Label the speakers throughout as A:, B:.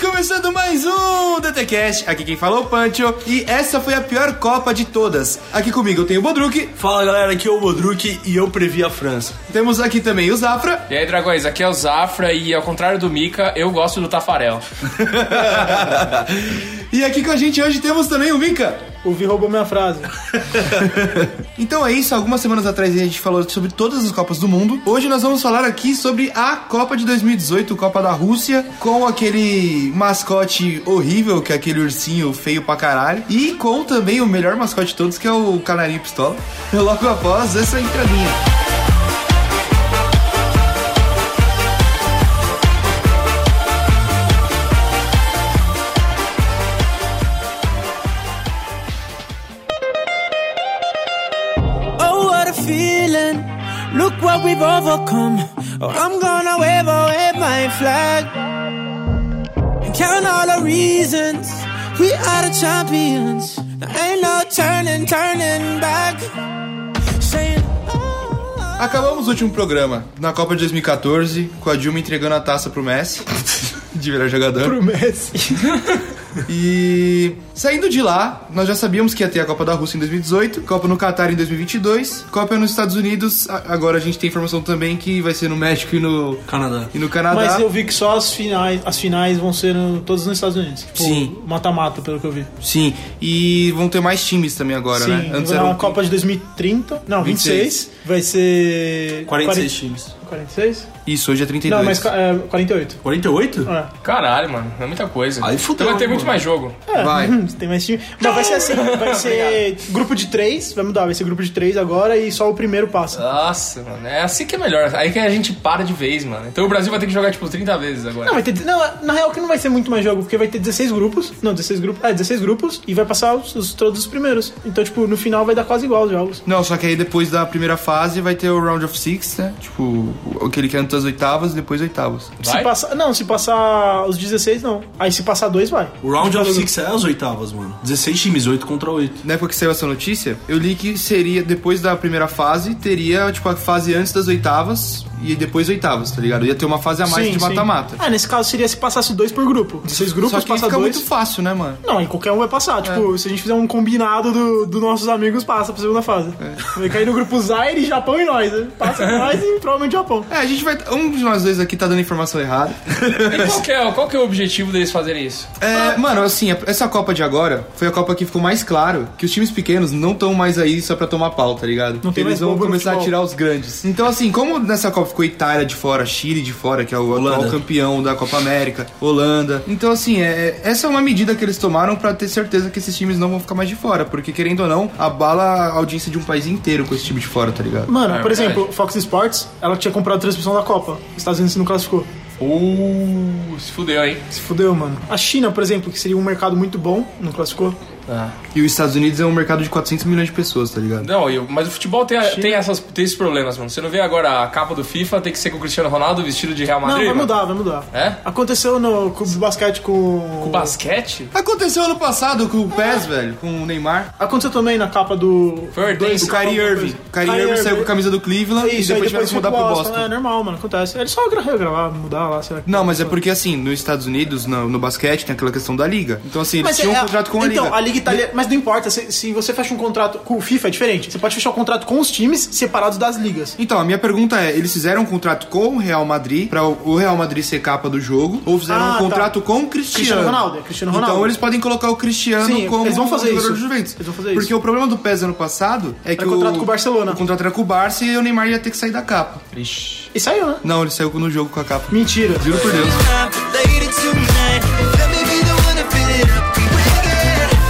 A: Começando mais um DTCast, aqui quem fala é o Pancho, e essa foi a pior Copa de todas. Aqui comigo eu tenho o Bodruk,
B: Fala galera, aqui é o Bodruk e eu previ a França.
A: temos aqui também o Zafra,
C: E aí, dragões, aqui é o Zafra e ao contrário do Mika, eu gosto do Tafarel.
A: e aqui com a gente hoje temos também o Mika.
D: O Vi roubou minha frase.
A: Então é isso, algumas semanas atrás a gente falou sobre todas as Copas do Mundo. Hoje nós vamos falar aqui sobre a Copa de 2018, Copa da Rússia, com aquele mascote horrível, que é aquele ursinho feio pra caralho, e com também o melhor mascote de todos, que é o Canarinho Pistola, logo após essa é entradinha.
E: Oh, what a feeling. Look what we've overcome. Oh, I'm gonna wave, oh, wave my flag. And count all the reasons we are the champions. There ain't no turning, turning back. Saying, oh.
A: Acabamos o último programa na Copa de 2014 com a Dilma entregando a taça pro Messi de virar jogador. Pro Messi. E saindo de lá, nós já sabíamos que ia ter a Copa da Rússia em 2018, Copa no Catar em 2022, Copa nos Estados Unidos. A- Agora a gente tem informação também que vai ser no México e no
B: Canadá.
A: e no Canadá.
D: Mas eu vi que só as finais, as finais vão ser no- todas nos Estados Unidos. Tipo,
B: Sim.
D: Mata-mata, pelo que eu vi.
A: Sim, e vão ter mais times também agora,
D: Sim,
A: né?
D: vai dar uma Copa de 2030.
B: Ah,
D: Não, 26. Vai ser.
B: 46 times.
D: 46?
A: Isso, hoje é 32.
D: Não, mas é, 48.
B: 48?
D: É.
C: Caralho, mano, é muita coisa.
B: Aí fudeu,
C: Vai ter
B: mano.
C: muito mais jogo.
A: Vai.
D: Hum, Tem mais time. Mas vai ser assim: vai ser grupo de três. Vai mudar, vai ser grupo de três agora e só o primeiro
B: Ah.
D: passa.
C: Nossa, mano, é assim que é melhor. Aí que a gente para de vez, mano. Então o Brasil vai ter que jogar, tipo, 30 vezes agora.
D: Não, vai ter. Não, na real que não vai ser muito mais jogo, porque vai ter 16 grupos. Não, 16 grupos. É, 16 grupos e vai passar os, os- todos os primeiros. Então, tipo, no final vai dar quase igual os jogos.
A: Não, só que aí depois da primeira fase vai ter o Round of Six, né? Tipo, o- aquele que é antes das oitavas e depois oitavas.
C: Vai?
D: Se passar, não, se passar os 16, não. Aí se passar dois, vai. Tipo,
B: O round of six é as oitavas, mano. 16 times, 8 contra 8.
A: Na época que saiu essa notícia, eu li que seria, depois da primeira fase, teria, tipo, a fase antes das oitavas e depois oitavas, tá ligado? Ia ter uma fase a mais
D: Sim,
A: de
D: sim.
A: mata-mata.
D: Ah, nesse caso seria se passasse dois por grupo. 16
A: Só
D: grupos,
A: que
D: passa
A: fica
D: dois.
A: muito fácil, né, mano?
D: Não, e qualquer um vai passar. Tipo, se a gente fizer um combinado dos do nossos amigos, passa pra segunda fase. Vai cair no grupo Zaire, Japão e nós. né? Passa nós e provavelmente Japão.
A: É, a gente vai. Um de nós dois aqui tá dando informação errada.
C: E qual que, é, qual que é o objetivo deles fazerem isso?
A: É, mano, assim, essa Copa de agora foi a Copa que ficou mais claro que os times pequenos não estão mais aí só pra tomar pau, tá ligado?
D: Não tem
A: Eles
D: mais
A: vão
D: bobo no
A: começar a
D: futebol.
A: tirar os grandes. Então, assim, como nessa Copa ficou Itália de fora, Chile de fora, que é o atual
B: Holanda.
A: campeão da Copa América, Holanda. Então, assim, é, essa é uma medida que eles tomaram pra ter certeza que esses times não vão ficar mais de fora, porque querendo ou não, abala a audiência de um país inteiro com esse time de fora, tá ligado?
D: Mano,
C: É,
D: por
C: verdade.
D: exemplo, Fox Sports, ela tinha comprado a transmissão da Copa. Os Estados Unidos não classificou.
C: Uh, se fudeu, hein?
D: Se fudeu, mano. A China, por exemplo, que seria um mercado muito bom, não classificou.
A: E os Estados Unidos é um mercado de 400 milhões de pessoas, tá ligado?
C: Não, eu- mas o futebol tem, a- tem, essas, tem esses problemas, mano. Você não vê agora a capa do FIFA tem que ser com o Cristiano Ronaldo vestido de Real
D: Não,
C: Madrid?
D: vai
C: mano?
D: mudar, vai mudar.
C: É?
D: Aconteceu no clube de basquete com.
C: O basquete?
A: Aconteceu ano passado com o
D: Ah.
A: PES, velho, com o Neymar.
D: Aconteceu também na capa do.
C: Foi o Hortência.
A: O Kyrie Irving. O Kyrie Irving saiu com a camisa do Cleveland e
D: Isso, aí
A: depois tiveram que
D: foi
A: mudar pro Boston.
D: É normal, mano, acontece. Eles só gra- regravar, mudar lá, será que.
A: Não, mas é porque assim, nos Estados Unidos, no, no basquete, tem aquela questão da liga. Então, assim, eles
D: Mas
A: tinham
D: é-
A: um contrato com a
D: então,
A: liga.
D: a Liga Italiana. Mas não importa, se, se você fecha um contrato com o FIFA é diferente. Você pode fechar o contrato com os times separados das ligas.
A: Então, a minha pergunta é, eles fizeram um contrato com o Real Madrid pra o o Real Madrid ser capa do jogo ou fizeram
D: Ah,
A: um
D: tá.
A: contrato com o Cristiano?
D: Cristiano Ronaldo, é Cristiano Ronaldo.
A: Então, eles podem colocar o Cristiano
D: Sim,
A: como
D: eles vão fazer
A: jogador
D: isso.
A: do Juventus.
D: Eles vão fazer
A: Porque
D: isso.
A: o problema do PES ano passado é que
D: contrato com o Barcelona.
A: O contrato era com o Barça e o Neymar ia ter que sair da capa.
D: E saiu, né?
A: Não, ele saiu no jogo com a capa.
D: Mentira.
A: Juro por Deus.
E: Later tonight, let me be the one to fill it up. We wake it.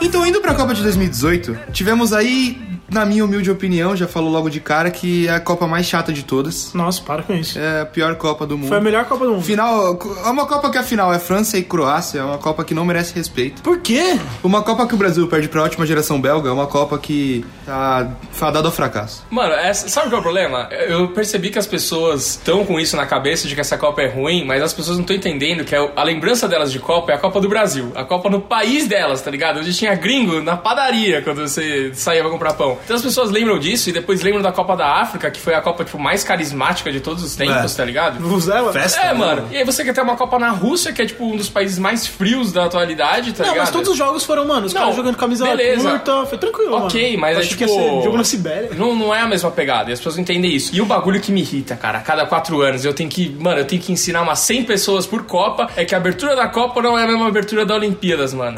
A: Então, indo pra Copa de 2018, tivemos aí na minha humilde opinião, já falo logo de cara, que é a Copa mais chata de todas.
D: Nossa, para com isso.
A: É a pior Copa do mundo.
D: Foi a melhor Copa do Mundo.
A: Final, é uma Copa que a final é França e Croácia, é uma Copa que não merece respeito.
D: Por quê?
A: Uma Copa que o Brasil perde pra última geração belga, é uma Copa que tá fadada ao fracasso.
C: Mano, é- sabe qual é o problema? Eu percebi que as pessoas estão com isso na cabeça de que essa Copa é ruim, mas as pessoas não estão entendendo que é a lembrança delas de Copa é a Copa do Brasil. A Copa no país delas, tá ligado? Onde tinha gringo na padaria quando você saía pra comprar pão. Então as pessoas lembram disso e depois lembram da Copa da África, que foi a Copa, tipo, mais carismática de todos os tempos,
B: É.
C: tá ligado?
D: Vuvuzela?
B: Festa?
C: É,
B: né,
C: mano. E aí você quer ter uma Copa na Rússia, que é tipo um dos países mais frios da atualidade, tá
D: Não,
C: ligado?
D: mas todos os jogos foram, mano, os
C: Não,
D: caras jogando camisa
C: beleza.
D: curta, foi tranquilo, mano.
C: Ok, mas
D: Acho
C: é
D: que ia
C: tipo-
D: ser jogo na Sibéria.
C: Não, não é a mesma pegada, e as pessoas não entendem isso. E o bagulho que me irrita, cara, a cada quatro anos eu tenho que, mano, eu tenho que ensinar umas 100 pessoas por Copa, é que a abertura da Copa não é a mesma abertura da Olimpíadas, mano.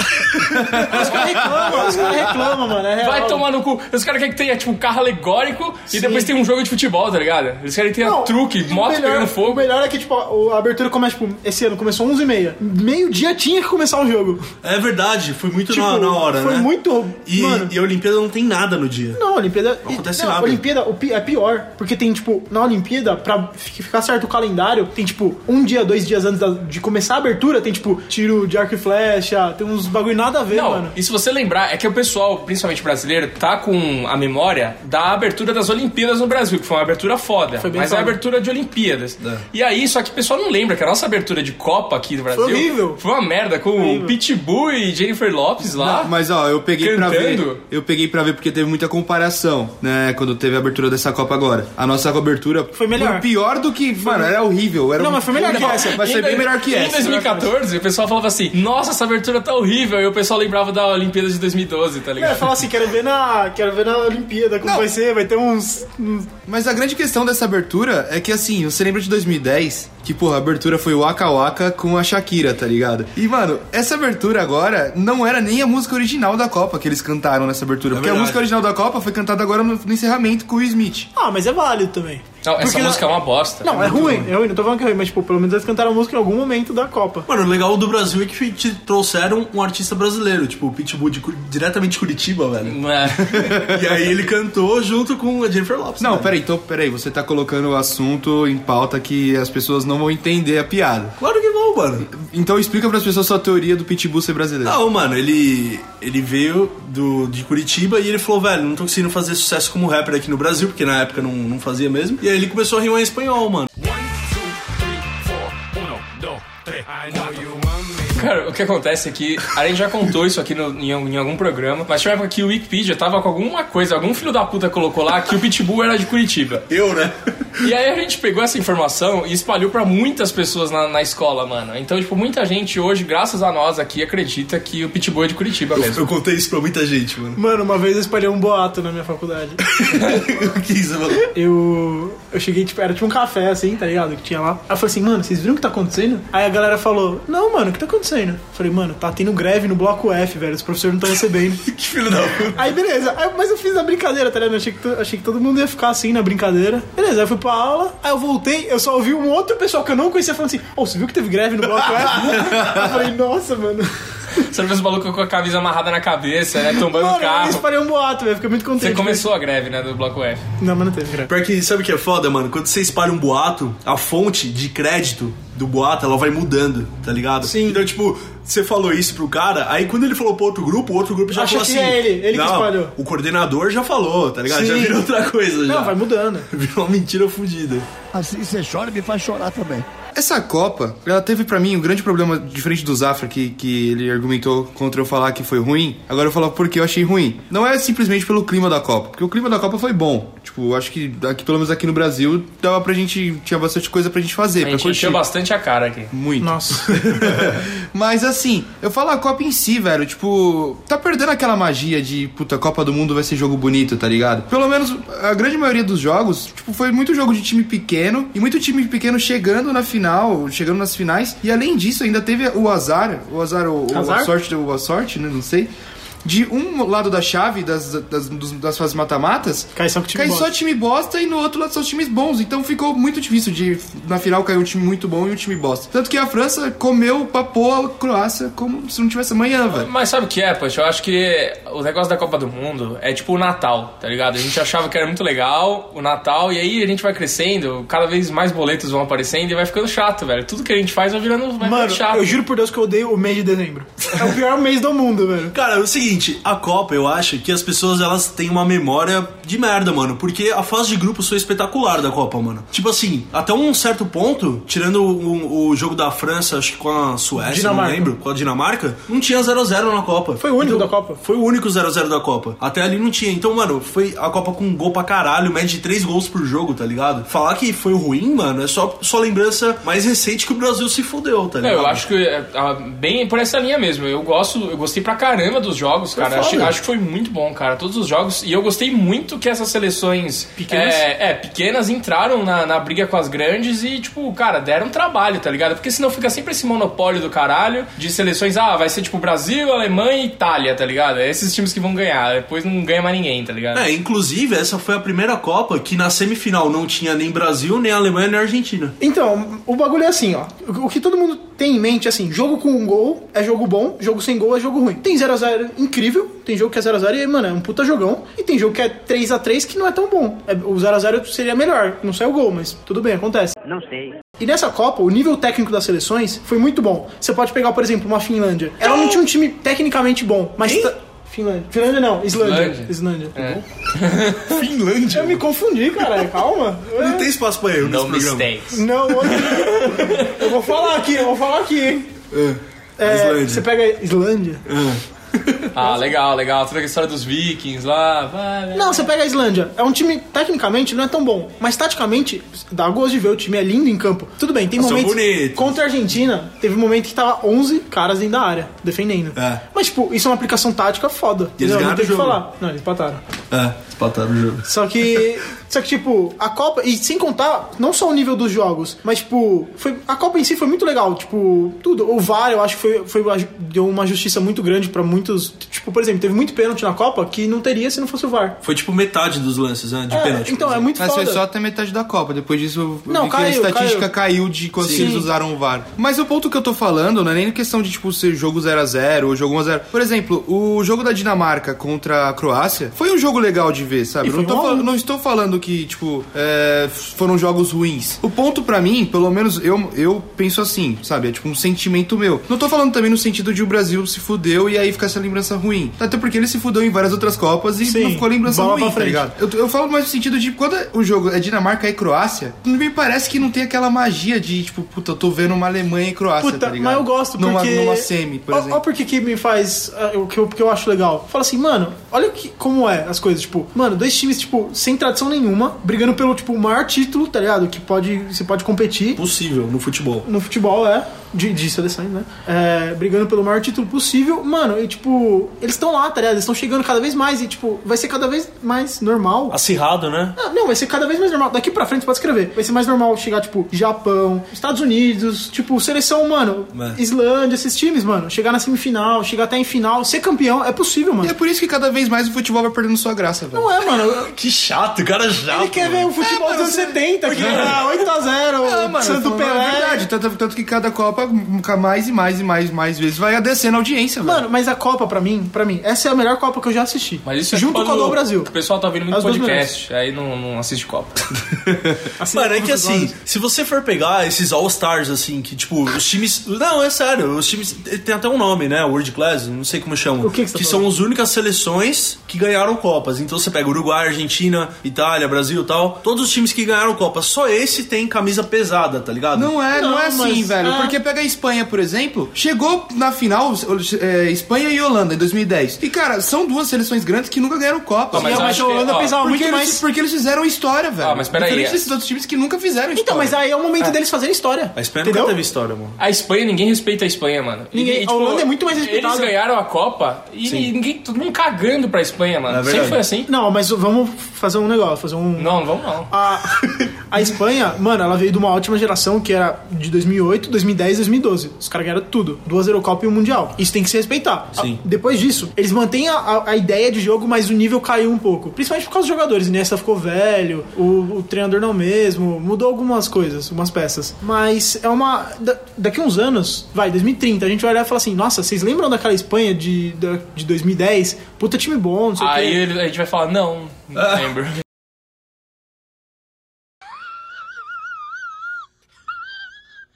D: Os caras reclamam, os caras reclamam, mano, é real.
C: Vai tomar no cu. Os caras querem que tenha, tipo, um carro alegórico e depois tem um jogo de futebol, tá ligado? Eles querem que tenha
D: Não,
C: truque,
D: e o
C: moto
D: melhor-
C: pegando
D: O
C: fogo.
D: melhor é que, tipo, a a abertura começa, tipo, esse ano começou 11h30. Meio-dia tinha que começar o jogo.
B: É verdade, foi muito
D: Tipo,
B: na, na hora,
D: foi
B: né?
D: muito-
B: E,
D: mano.
B: e a Olimpíada não tem nada no dia.
D: Não, a Olimpíada.
B: Não acontece
D: não,
B: nada.
D: a Olimpíada o pi- é pior, porque tem, tipo, na Olimpíada, pra fi- ficar certo o calendário, tem, tipo, um dia, dois dias antes da- de começar a abertura, tem, tipo, tiro de arco e flecha, tem uns bagulho nada a ver,
C: Não,
D: mano.
C: e se você lembrar, é que o pessoal, principalmente brasileiro, tá com a memória da abertura das Olimpíadas no Brasil, que foi uma abertura foda.
D: Foi bem
C: mas é
D: foda. É.
C: a abertura de Olimpíadas. E aí, só que o pessoal não lembra que a nossa abertura de Copa aqui do Brasil
D: horrível.
C: foi uma merda com
D: Horrível.
C: Pitbull e Jennifer Lopes
D: Ah,
C: lá.
A: Mas ó, eu peguei pra ver.
C: Cantando?
A: Eu peguei pra ver porque teve muita comparação, né? Quando teve a abertura dessa Copa agora. A nossa cobertura
D: Foi melhor.
A: pior do que. Mano, era horrível. Era
D: Não,
A: um-
D: mas foi melhor que essa.
A: Mas foi bem
C: Em dois-
A: melhor que
C: Em
A: essa.
C: 2014, o pessoal falava assim: Nossa, essa abertura tá horrível. E o pessoal lembrava da Olimpíada de 2012, tá
D: Eu ia
C: ligado?
D: falar assim, quero ver na, quero ver na Olimpíada como
A: Não.
D: vai ser, vai ter uns, uns-
A: Mas a grande questão dessa abertura é que, assim, você lembra de 2010? Que, porra, a abertura foi o Waka Waka com a Shakira, tá ligado? E, mano, essa abertura agora não era nem a música original da Copa que eles cantaram nessa abertura. porque a
B: verdade.
A: música original da Copa foi cantada agora no, no encerramento com o Smith.
D: Ah, mas é válido também.
C: Não, essa
D: Porque na-
C: música é uma bosta.
D: Não, é ruim, é ruim, não tô falando que é ruim, mas, tipo, pelo menos eles cantaram a música em algum momento da Copa.
B: Mano, o legal do Brasil é que te trouxeram um artista brasileiro, tipo o Pitbull de Cu- diretamente de Curitiba, velho.
C: É.
B: E aí ele cantou junto com a Jennifer Lopes.
A: Não,
B: velho.
A: peraí, então, peraí, você tá colocando o assunto em pauta que as pessoas não vão entender a piada.
B: Claro que não, mano.
A: Então explica pras pessoas sua teoria do Pitbull ser brasileiro.
B: Não, mano, ele, ele veio do, de Curitiba e ele falou, velho, não tô conseguindo fazer sucesso como rapper aqui no Brasil, porque na época não, não fazia mesmo. E aí ele começou a rimar em espanhol, mano.
C: Cara, o que acontece é que a gente já contou isso aqui no- em, algum- em algum programa, mas tinha uma época que o Wikipedia tava com alguma coisa, algum filho da puta colocou lá que o Pitbull era de Curitiba.
B: Eu, né?
C: E aí a gente pegou essa informação e espalhou pra muitas pessoas na, na escola, mano. Então, tipo, muita gente hoje, graças a nós aqui, acredita que o Pitbull é de Curitiba mesmo.
B: Eu contei isso pra muita gente, mano.
D: Mano, uma vez eu espalhei um boato na minha faculdade.
B: O que isso, mano?
D: Eu, eu cheguei, tipo, era tipo um café assim, tá ligado? Que tinha lá. Aí eu falei assim, mano, vocês viram o que tá acontecendo? Aí a galera falou, não, mano, o que tá acontecendo? Eu falei, mano, tá tendo greve no bloco F, velho, os professores não estão recebendo.
B: Que filho da puta.
D: Aí beleza, Aí- mas eu fiz a brincadeira, tá ligado? Eu achei que, to- achei que todo mundo ia ficar assim na brincadeira. Beleza, aí eu fui pra aula, aí eu voltei, eu só ouvi um outro pessoal que eu não conhecia falando assim, ô, você viu que teve greve no bloco F? eu falei, nossa, mano.
C: Você fez o maluco com a camisa amarrada na cabeça, né? Tombando o
D: Mano, eu
C: carro.
D: espalhei um boato, velho, fiquei muito contente.
C: Você começou a greve, né, do Bloco F.
D: Não, mas não teve greve.
B: Pior que, sabe o que é foda, mano? Quando você espalha um boato, a fonte de crédito do boato, ela vai mudando, tá ligado?
D: Sim.
B: Então, tipo, você falou isso pro cara, aí quando ele falou pro outro grupo, o outro grupo já
D: Acha
B: falou
D: que
B: assim...
D: é ele, ele que
B: não,
D: espalhou."
B: o coordenador já falou, tá ligado? Já
D: Sim.
B: virou outra coisa, já.
D: Não, vai mudando.
B: Virou uma mentira fodida.
F: Assim você chora e me faz chorar também.
A: Essa Copa, ela teve pra mim um grande problema, diferente do Zafra, que, que ele argumentou contra eu falar que foi ruim. Agora eu vou falar porque eu achei ruim. Não é simplesmente pelo clima da Copa, porque o clima da Copa foi bom. Tipo, eu acho que aqui, pelo menos aqui no Brasil, dava pra gente. Tinha bastante coisa pra gente fazer,
C: A
A: pra
C: gente
A: curtir.
C: encheu bastante a cara aqui.
A: Muito.
D: Nossa.
A: Mas assim, eu falo a Copa em si, velho. Tipo, tá perdendo aquela magia de puta, Copa do Mundo vai ser jogo bonito, tá ligado? Pelo menos a grande maioria dos jogos, tipo, foi muito jogo de time pequeno e muito time pequeno chegando na final, chegando nas finais. E além disso, ainda teve o azar, o azar, o, o-
D: Azar?
A: a sorte, ou a sorte, né? Não sei. de um lado da chave, das, das, dos- das fases mata-matas,
D: Cai só com o time
A: cai só
D: bosta.
A: time bosta e no outro lado são os times bons. Então ficou muito difícil de na final cair um time muito bom e um time bosta. Tanto que a França comeu, papou a Croácia como se não tivesse amanhã, velho.
C: Mas sabe o que é, Poxa? Eu acho que o negócio da Copa do Mundo é tipo o Natal, tá ligado? A gente achava que era muito legal o Natal, e aí a gente vai crescendo, cada vez mais boletos vão aparecendo e vai ficando chato, velho. Tudo que a gente faz vai virando vai
D: Mano,
C: ficando chato.
D: eu juro por Deus que eu odeio o mês de dezembro. É o pior mês do mundo, velho.
B: Cara, é o seguinte, a Copa, eu acho que as pessoas elas têm uma memória de merda, mano. Porque a fase de grupos foi espetacular da Copa, mano. Tipo assim, até um certo ponto, tirando o, o jogo da França, acho que com a Suécia,
D: Dinamarca.
B: não lembro, com a Dinamarca, não tinha 0x0 na Copa. Então,
D: Foi o único da Copa.
B: Foi o único 0x0 da Copa. Até ali não tinha. Então, mano, foi a Copa com gol pra caralho, média de 3 gols por jogo, tá ligado? Falar que foi ruim, mano, é só, só lembrança mais recente que o Brasil se fodeu, tá
C: Não,
B: ligado?
C: eu acho que é, ah, bem por essa linha mesmo. Eu gosto, eu gostei pra caramba dos jogos, cara. Acho,
B: foda.
C: acho que foi muito bom, cara. Todos os jogos. E eu gostei muito que essas seleções
D: Pequenas?
C: é, é, pequenas entraram na, na briga com as grandes e, tipo, cara, deram trabalho, tá ligado? Porque senão fica sempre esse monopólio do caralho de seleções, ah, vai ser tipo Brasil, Alemanha e Itália, tá ligado? É esses times que vão ganhar. Depois não ganha mais ninguém, tá ligado?
B: É, inclusive, essa foi a primeira Copa que na semifinal não tinha nem Brasil, nem Alemanha, nem Argentina.
D: Então, o bagulho é assim, ó. O o que todo mundo tem em mente é assim: jogo com um gol é jogo bom, jogo sem gol é jogo ruim. Tem 0x0 incrível, tem jogo que é 0x0 e, mano, é um puta jogão. E tem jogo que é 3x3 que não é tão bom. É, O 0x0 seria melhor, não saiu gol, mas tudo bem, acontece.
G: Não sei.
D: E nessa Copa, o nível técnico das seleções foi muito bom. Você pode pegar, por exemplo, uma Finlândia. Ela não tinha um time tecnicamente bom, mas. ta- Finlândia. Finlândia não, Islândia. Islândia. Finlândia? Eu me confundi, caralho, calma.
B: Não tem espaço pra erro nesse
C: No
B: programa.
C: mistakes.
D: Não, outro. eu vou falar aqui, eu vou falar aqui, hein? É,
B: Islândia.
D: Você pega a Islândia?
C: Ah, legal, legal. Toda a história dos vikings lá. vai, vai.
D: Não, você pega a Islândia. É um time, tecnicamente, não é tão bom. Mas, taticamente, dá gosto de ver. O time é lindo em campo. Tudo bem, tem
B: São
D: momentos...
B: bonitos.
D: Contra a Argentina, teve um momento que tava 11 caras dentro da área, defendendo.
B: É.
D: Mas, tipo, isso é uma aplicação tática foda.
B: E eles
D: entendeu?
B: ganharam
D: não
B: o
D: tem o que
B: jogo.
D: falar. Não, eles empataram.
B: É, espataram o jogo.
D: Só que. só que, tipo, a Copa. E sem contar, não só o nível dos jogos, mas, tipo, foi, a Copa em si foi muito legal. Tipo, tudo. O VAR, eu acho que foi, foi uma ju- deu uma justiça muito grande pra muitos. Tipo, por exemplo, teve muito pênalti na Copa que não teria se não fosse o Var.
B: Foi tipo metade dos lances, né? De
D: É,
B: pênalti.
D: então, é muito
A: Mas foi
D: foda.
A: só até metade da Copa. Depois disso, eu
D: Não,
A: vi
D: caiu,
A: que a estatística caiu, de quando
D: Sim.
A: eles usaram o VAR. Mas o ponto que eu tô falando não é nem questão de, tipo, ser jogo 0x0 ou jogo 1x0. Por exemplo, o jogo da Dinamarca contra a Croácia foi um jogo legal de ver, sabe?
D: E
A: Eu Não, tô
D: foi um a um.
A: falando- não estou falando que, tipo, é, foram jogos ruins. O ponto pra mim, pelo menos eu, eu penso assim, sabe? É tipo um sentimento meu. Não tô falando também no sentido de o Brasil se fudeu e aí fica essa lembrança ruim. Até porque ele se fudeu em várias outras Copas e
D: Sim,
A: não ficou lembrança
D: bola
A: ruim,
D: pra
A: tá
D: frente.
A: ligado? Eu, eu falo mais no sentido de quando o jogo é Dinamarca e Croácia, me parece que não tem aquela magia de, tipo, puta, eu tô vendo uma Alemanha e Croácia,
D: Puta,
A: tá ligado?
D: mas eu gosto porque...
A: Numa, numa semi, por
D: Ó- ó
A: exemplo.
D: porque que me faz... ah, O que eu, que eu acho legal. Fala assim, mano, olha o que, como é as coisas. Tipo, mano, dois times, tipo, sem tradição nenhuma, brigando pelo, tipo, maior título, tá ligado? Que pode, você pode competir.
B: Possível no futebol.
D: No futebol, é. De, de seleções, né? É, brigando pelo maior título possível. Mano, e tipo, eles estão lá, tá ligado? Eles estão chegando cada vez mais e, tipo, vai ser cada vez mais normal.
B: Acirrado, né?
D: Ah, Não, vai ser cada vez mais normal. Daqui pra frente, pode escrever. Vai ser mais normal chegar, tipo, Japão, Estados Unidos, tipo, seleção, mano,
B: É.
D: Islândia, esses times, mano. Chegar na semifinal, chegar até em final, ser campeão, é possível,
A: E
D: mano.
A: é por isso que cada vez mais o futebol vai perdendo sua graça, velho.
D: Não é, mano.
B: Que chato, o cara já.
D: Ele quer ver o futebol dos anos É, 70 aqui, era 8x0, Santo
A: eu tô falando a
D: Pelé.
A: é verdade. Tanto, tanto que cada Copa, nunca mais e mais e mais mais vezes, vai descendo a audiência, velho.
D: Mano, mas a Copa, pra mim, pra mim, essa é a melhor Copa que eu já assisti.
C: Mas isso é
D: Junto
C: culpa
D: com a do Brasil.
C: O pessoal tá ouvindo muito
D: As duas
C: podcast, aí não, não assiste Copa.
B: Mano, é que assim, se você for pegar esses All-Stars, assim, que tipo, os times. Não, é sério, os times. Tem até um nome, né? World Class, não sei como chama.
D: O que que você tá
B: são
D: falando?
B: as únicas seleções que ganharam Copas. Então você pega Uruguai, Argentina, Itália, Brasil e tal. Todos os times que ganharam Copa. Só esse tem camisa pesada, tá ligado?
A: Não é, não,
D: Não,
A: é assim,
D: mas-
A: velho.
D: ah.
A: Porque pega a Espanha, por exemplo, chegou na final é, Espanha e Holanda em 2010. E, cara, são duas seleções grandes que nunca ganharam Copa.
C: Ah, mas
D: Não,
C: eu
D: mas
C: acho
D: a
C: que-
D: Holanda
C: ó,
D: pensava
A: Porque
D: muito
A: eles,
D: mais.
A: porque eles fizeram história, velho.
C: Ah, mas peraí,
A: Diferente
C: é.
A: desses outros times que nunca fizeram história.
D: Então, mas aí é o momento deles fazerem história.
B: A Espanha
D: entendeu?
B: nunca teve história, mano.
C: A Espanha, ninguém respeita a Espanha, mano. tipo,
D: Ninguém. A Holanda é muito mais respeitada.
C: Eles ganharam a Copa e ninguém, todo mundo cagando pra Espanha, mano.
B: É verdade.
C: Sempre foi assim.
D: Não, mas vamos fazer um negócio, fazer um.
C: Não, não vamos não.
D: A, A Espanha, mano, ela veio de uma ótima geração que era de 2008, 2010, 2012. Os caras ganharam tudo. Duas Eurocopa e um Mundial. Isso tem que se respeitar.
B: Sim.
D: A- depois disso, eles mantêm a- a, a ideia de jogo, mas o nível caiu um pouco. Principalmente por causa dos jogadores. O Iniesta ficou velho, o, o treinador não mesmo. Mudou algumas coisas, umas peças. Mas é uma... da- daqui uns anos, vai, 2030, a gente vai olhar e falar assim, nossa, vocês lembram daquela Espanha de, da- de 2010? Puta time bom, não sei o
C: Aí
D: quê. Ah.
C: ele- a gente vai falar, não, não lembro.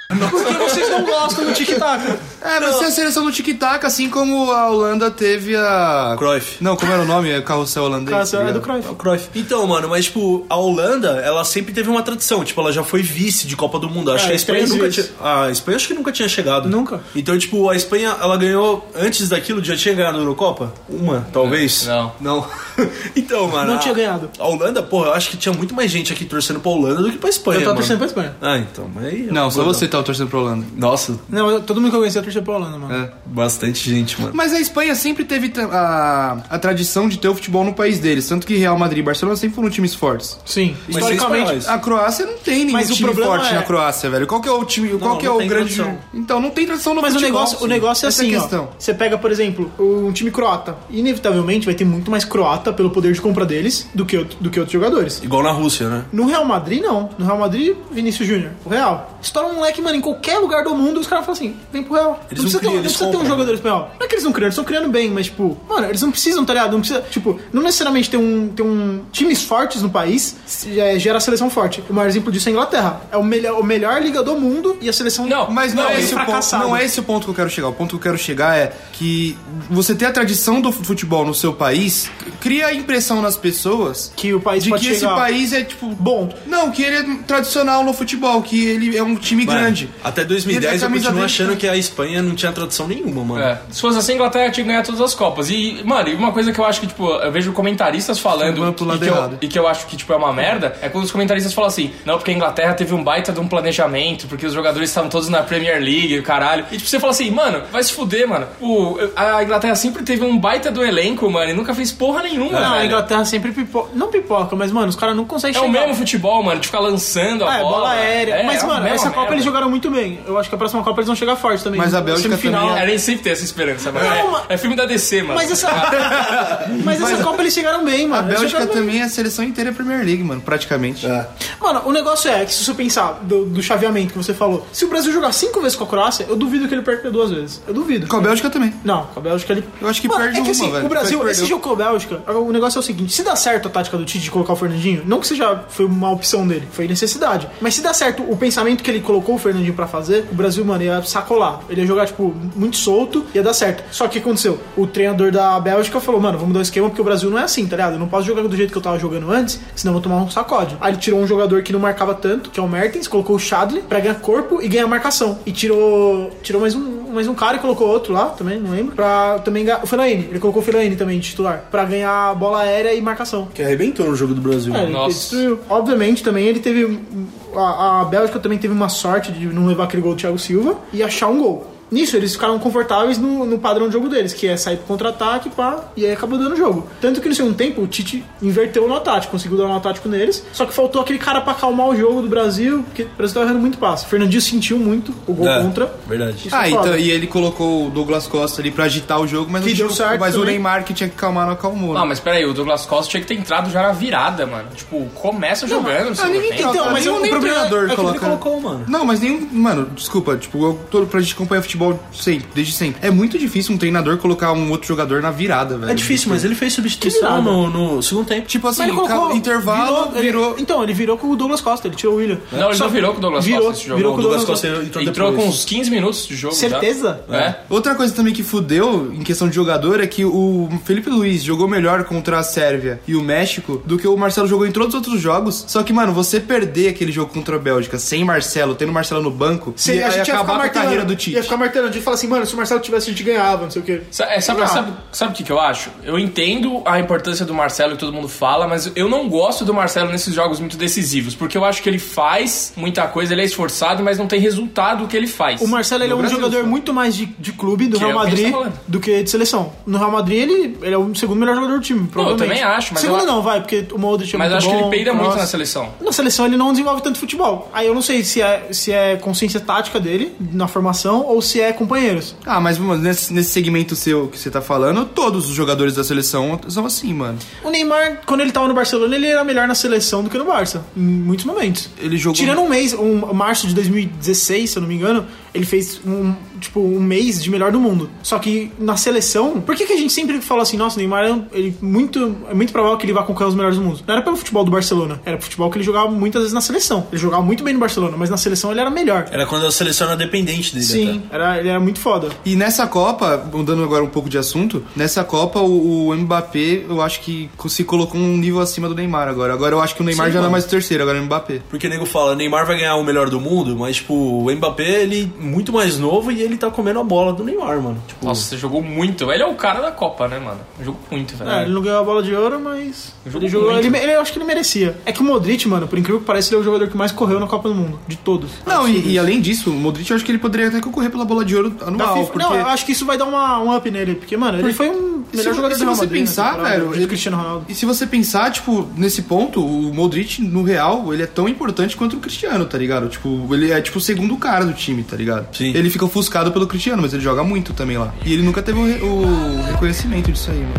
D: Por que vocês não gostam do tic-tac?
A: É, mas tem a seleção do tic-tac, assim como a Holanda teve a.
B: Cruyff.
A: Não, como era o nome? É carrossel holandês.
D: Cara,
A: tá
D: é do
A: ligado?
D: Cruyff.
B: Então, mano, mas tipo, a Holanda, ela sempre teve uma tradição. Tipo, ela já foi vice de Copa do Mundo. Acho
D: É,
B: que a Espanha
D: três
B: nunca tinha. Ah,
D: vezes.
B: A Espanha acho que nunca tinha chegado.
D: Nunca.
B: Então, tipo, a Espanha, ela ganhou antes daquilo, já tinha ganhado a Eurocopa? Uma, talvez?
C: Não.
B: Não. então, mano.
D: Não
B: a-
D: tinha ganhado.
B: A Holanda, porra, eu acho que tinha muito mais gente aqui torcendo pra Holanda do que pra Espanha.
D: Eu tava
B: mano.
D: torcendo pra Espanha.
B: Ah, então, mas aí.
A: Não, só você tava torcendo pra Holanda.
B: Nossa,
D: Não, eu- todo mundo que eu conhecia torcia pra Holanda, mano.
A: É.
B: bastante gente, mano.
A: Mas a Espanha sempre teve tra- a, a tradição de ter o futebol no país deles. Tanto que Real Madrid e Barcelona sempre foram times fortes.
D: Sim,
B: Mas
D: historicamente.
B: vocês
A: A Croácia não tem nenhum
D: Mas o
A: time
D: problema
A: forte
D: é-
A: na Croácia, velho. Qual que é o time? qual que
B: não
A: é
B: tem
A: o grande.
B: tradição.
A: Então, não tem tradição no
D: Mas o
A: futebol.
D: negócio, o negócio é
A: Essa
D: assim,
A: a
D: ó.
A: questão.
D: Você pega, por exemplo, um time croata. Inevitavelmente vai ter muito mais croata pelo poder de compra deles do que, outro- do que outros jogadores.
B: Igual na Rússia, né?
D: No Real Madrid, não. No Real Madrid, Vinícius Júnior. O Real. Estoura um moleque, mano, em qualquer lugar do mundo, os caras falam assim: vem pro Real.
B: Eles não
D: não precisa, ter,
B: criam,
D: não
B: eles
D: precisa ter um
B: compram.
D: jogador espanhol. Não é que eles não criam, eles estão criando bem, mas, tipo, mano, eles não precisam, tá ligado? Não precisa. Tipo, não necessariamente ter um. Ter um times fortes no país se- é, gera seleção forte. O maior exemplo disso é a Inglaterra. É o melhor, o melhor liga do mundo e a seleção.
C: Não,
A: Mas não,
D: Não,
A: é
D: é
A: esse o ponto,
D: fracassado.
A: não é esse o ponto que eu quero chegar. O ponto que eu quero chegar é que você ter a tradição do futebol no seu país cria a impressão nas pessoas
D: Que o país
A: de
D: pode
A: que esse
D: chegar-
A: país é tipo
D: Bom.
A: Não, que ele é tradicional no futebol, que ele é um time
B: Mano,
A: grande.
B: Até
A: E ele
B: 2010
A: é
B: eu
A: camisa verde,
B: continuo
A: né?
B: achando que a Espanha não tinha tradição nenhuma, mano.
C: É. Se fosse assim, a Inglaterra tinha que ganhar todas as Copas. E, mano, e uma coisa que eu acho que, tipo, eu vejo comentaristas falando
A: Vamos pro
C: e
A: lado
C: que, eu,
A: errado.
C: e que eu acho que, tipo, é uma merda, é quando os comentaristas falam assim, não, porque a Inglaterra teve um baita de um planejamento, porque os jogadores estavam todos na Premier League, o caralho. E, tipo, você fala assim, mano, vai se fuder, mano. O, a Inglaterra sempre teve um baita do elenco, mano, e nunca fez porra nenhuma,
D: Não, É, Ah, a
C: velho.
D: Inglaterra sempre pipoca. Não pipoca, mas, mano, os caras não conseguem
C: É
D: chegar.
C: o mesmo futebol, mano, de ficar lançando a
D: É, bola,
C: bola.
D: aérea.
C: É,
D: mas,
C: é a
D: mano,
C: mesma
D: essa Copa
C: merda.
D: eles jogaram muito bem. Eu acho que a próxima Copa eles vão chegar forte também.
A: Mas a Bélgica
D: Semifinal.
A: também
C: É, nem sempre tem essa esperança, mano.
D: Não,
C: É-
D: mas-
C: é, filme da DC, mano.
D: Mas essa, mas essa Copa eles chegaram bem,
A: A
D: mano. Eles
A: Bélgica
D: chegaram bem.
A: também é a seleção inteira Premier League, mano, praticamente.
D: É. Mano, o negócio é que se você pensar do, do chaveamento que você falou, se o Brasil jogar cinco vezes com a Croácia, eu duvido que ele perca duas vezes. Eu duvido.
A: Com a Bélgica também.
D: Não, com a Bélgica ele.
A: Eu acho que
D: Mano,
A: perde
D: é que
A: uma,
D: assim,
A: velho.
D: O Brasil,
A: Perdeu.
D: esse jogo com a Bélgica, o negócio é o seguinte: se dá certo a tática do Tite de colocar o Fernandinho, não que seja foi uma opção dele, foi necessidade. Mas se dá certo o pensamento que ele colocou o Fernandinho pra fazer, o Brasil, mano, ia sacolar. Ele ia jogar, tipo, muito solto, ia dar certo. Só que o que aconteceu? O treinador da Bélgica falou, mano, vamos mudar o esquema porque o Brasil não é assim, tá ligado? Eu não posso jogar do jeito que eu tava jogando antes, senão eu vou tomar um sacode. Aí ele tirou um jogador que não marcava tanto, que é o Mertens, colocou o Chadley pra ganhar corpo e ganhar marcação. E tirou. Tirou mais um mais um cara e colocou outro lá, também, não lembro. Pra também ganhar. O Fellaini, ele colocou o Fellaini também de titular. Pra ganhar bola aérea e marcação.
B: Que arrebentou no jogo do Brasil.
D: É, ele
C: Nossa.
D: destruiu. Obviamente também ele teve. um- A, a Bélgica também teve uma sorte de não levar aquele gol do Thiago Silva e achar um gol. Nisso, eles ficaram confortáveis no, no padrão de jogo deles, que é sair pro contra-ataque, pá, e aí acabou dando o jogo. Tanto que no segundo tempo, o Tite inverteu no ataque, conseguiu dar um tático neles, só que faltou aquele cara pra acalmar o jogo do Brasil, porque o Brasil tava errando muito passe. O Fernandinho sentiu muito o gol
B: É,
D: contra.
B: Verdade.
D: Isso é
A: Ah,
D: foda.
A: então, e ele colocou o Douglas Costa ali pra agitar o jogo, mas,
D: Que
A: não
D: deu
A: tinha-
D: certo
A: mas o
D: também.
A: Neymar que tinha que calmar não acalmou. né?
C: Ah, mas peraí, o Douglas Costa tinha que ter entrado já na virada, mano. Tipo, começa jogando, não sei
A: ninguém
C: o
A: troca.
D: Então, mas
A: Nenhum
D: o problema
A: treinador
B: é que ele
A: coloca-
B: colocou, mano.
A: Não, mas nenhum. Mano, desculpa, tipo, eu tô, pra gente acompanhar futebol sempre, desde sempre. É muito difícil um treinador colocar um outro jogador na virada, velho.
B: É difícil, mas ele fez
D: Que
B: substituição
D: virada.
B: no, no segundo tempo.
A: Tipo assim,
D: Mas ele colocou-
A: ca- intervalo,
D: ele-
A: virou.
D: então, ele virou com o Douglas Costa, ele tirou o William.
C: Não, ele
D: Só
C: não virou com o Douglas
D: virou,
C: Costa esse jogo.
D: Virou
C: O
D: com o Douglas,
B: Douglas
D: Costa.
B: Costa entrou,
C: Entrou com
B: depois.
C: uns 15 minutos de jogo.
D: Certeza?
C: Já. É.
A: Outra coisa também que fudeu em questão de jogador é que o Felipe Luiz jogou melhor contra a Sérvia e o México do que o Marcelo jogou em todos os outros jogos. Só que, mano, você perder aquele jogo contra a Bélgica sem Marcelo, tendo Marcelo no banco,
D: Se-
A: ia, ia acabar com a
D: martelando.
A: carreira do Tite.
D: Ia ficar martelando. A gente fala assim, mano, se o Marcelo tivesse, a gente ganhava, não sei o quê.
C: Sa- é, Sabe,
D: Não.
C: sabe, sabe o que, que eu acho? Eu entendo a importância do Marcelo que todo mundo fala, mas eu não gosto do Marcelo nesses jogos muito decisivos, porque eu acho que ele faz muita coisa, ele é esforçado, mas não tem resultado o que ele faz.
D: O Marcelo ele é um
C: Brasil,
D: jogador
C: só.
D: muito mais de, de clube do
C: Que é
D: Real
C: o que a gente
D: Madrid
C: tá falando.
D: do que de seleção. No Real Madrid ele, ele é o segundo melhor jogador do time, provavelmente.
C: também acho, mas
D: Segundo
C: eu-
D: não, vai, porque o Modric é
C: Mas eu
D: muito
C: acho que
D: bom,
C: ele peida muito
D: nossa.
C: na seleção.
D: Na seleção ele não desenvolve tanto futebol. Aí eu não sei se é, se é consciência tática dele na formação ou se é companheiros.
A: Ah, mas mano, nesse, nesse segmento seu que você tá falando, todos os jogadores da seleção são assim, mano.
D: O Neymar, quando ele tava no Barcelona, ele era melhor na seleção do que no Barça, em muitos momentos.
A: Ele jogou-
D: Tirando um mês, um março de 2016, se eu não me engano, ele fez um, tipo, um mês de melhor do mundo. Só que na seleção, por que, que a gente sempre fala assim, nossa, o Neymar é, um- ele muito, é muito provável que ele vá conquistar os melhores do mundo? Não era pelo futebol do Barcelona, era pelo futebol que ele jogava muitas vezes na seleção. Ele jogava muito bem no Barcelona, mas na seleção ele era melhor.
B: Era né? quando a seleção era dependente dele.
D: Sim, era, ele era muito foda.
A: E nessa Copa, mudando agora um pouco de assunto, nessa Copa o, o Mbappé, eu acho que se colocou um nível acima do Neymar agora. Agora eu acho que o Neymar
B: Sim,
A: já não é
B: mano.
A: mais o terceiro, agora é o Mbappé.
B: Porque o nego fala, Neymar vai ganhar o melhor do mundo, mas, tipo, o Mbappé, ele é muito mais novo e ele tá comendo a bola do Neymar, mano. Tipo,
C: Nossa, você jogou muito. Ele é o cara da Copa, né, mano? Jogou muito, velho.
D: É, ele não ganhou a bola de ouro, mas.
C: Jogou
D: ele jogou.
C: muito.
D: Ele, ele- eu acho que ele merecia. É que o Modric, mano, por incrível que pareça, ele é o jogador que mais correu na Copa do Mundo. De todos.
A: Não, e, e além disso, o Modric eu acho que ele poderia até concorrer pela bola de ouro
D: Da
A: anual.
D: FIFA-
A: porque...
D: Não, eu acho que isso vai dar uma, um up nele, porque, mano, ele foi um
A: se,
D: melhor jogador
A: se
D: do Real
A: você
D: Madrid na
A: pensar,
D: temporada,
A: velho,
D: junto com o Cristiano Ronaldo.
A: E se você pensar, tipo, nesse ponto, o Modric no Real, ele é tão importante quanto o Cristiano, tá ligado? Tipo, ele é tipo o segundo cara do time, tá ligado?
B: Sim.
A: Ele fica ofuscado pelo Cristiano, mas ele joga muito também lá. E ele nunca teve o, re- o reconhecimento disso aí, mano.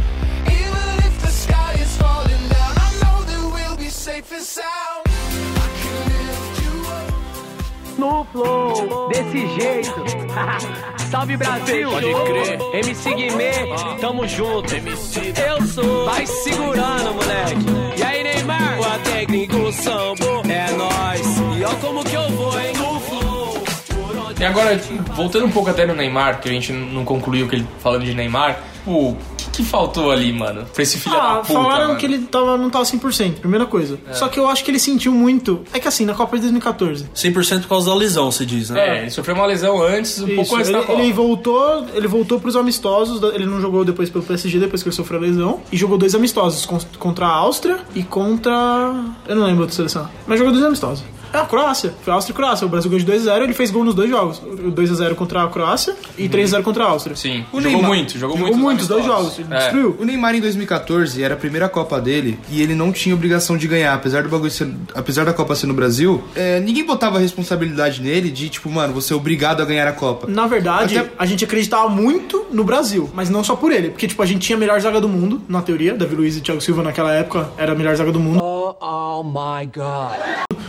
G: Even if the sky is falling down, I know that we'll be safe and sound. I can lift you up.
H: no flow, desse jeito. Salve Brasil, pode crer. MC Guimê, tamo junto. Eu sou, vai segurando, moleque. E aí, Neymar? O técnico sambo é nóis. E ó, como que eu vou, hein? No flow. por onde
C: E agora, voltando um pouco até no Neymar, que a gente não concluiu que ele falando de Neymar, pô, o que, que faltou ali, mano? Pra esse filho da
D: Ah,
C: puta.
D: falaram
C: mano?
D: que ele tava, não tava 100%, primeira coisa.
A: É.
D: Só que eu acho que ele sentiu muito. É que assim, na Copa de 2014.
B: 100% por causa da lesão, se diz,
C: É,
B: né?
C: ele sofreu uma lesão antes, um pouco
D: Isso,
C: antes
D: ele,
C: da Copa.
D: ele voltou, ele voltou pros amistosos, da- ele não jogou depois pelo PSG, depois que ele sofreu a lesão, e jogou dois amistosos, con- contra a Áustria e contra... eu não lembro outra seleção, mas jogou dois amistosos. Ah, a Croácia, foi a Áustria e Croácia, o Brasil ganhou de 2x0, ele fez gol nos dois jogos, 2x0 contra a Croácia e 3x0 contra a Áustria.
C: Sim,
A: O
C: jogou
A: Neymar-
C: muito, jogou,
D: Jogou
C: muito.
D: muitos,
C: os
D: dois
C: amistosos.
D: jogos, ele
C: É.
D: destruiu.
A: O Neymar em 2014 era a primeira Copa dele e ele não tinha obrigação de ganhar, apesar do bagulho ser, apesar da Copa ser no Brasil, é, ninguém botava a responsabilidade nele de tipo, mano, você é obrigado a ganhar a Copa.
D: Na verdade,
A: Até-
D: a gente acreditava muito no Brasil, mas não só por ele. Porque, tipo, a gente tinha a melhor zaga do mundo, na teoria. Davi Luiz e Thiago Silva naquela época era a melhor zaga do mundo. Oh, my God.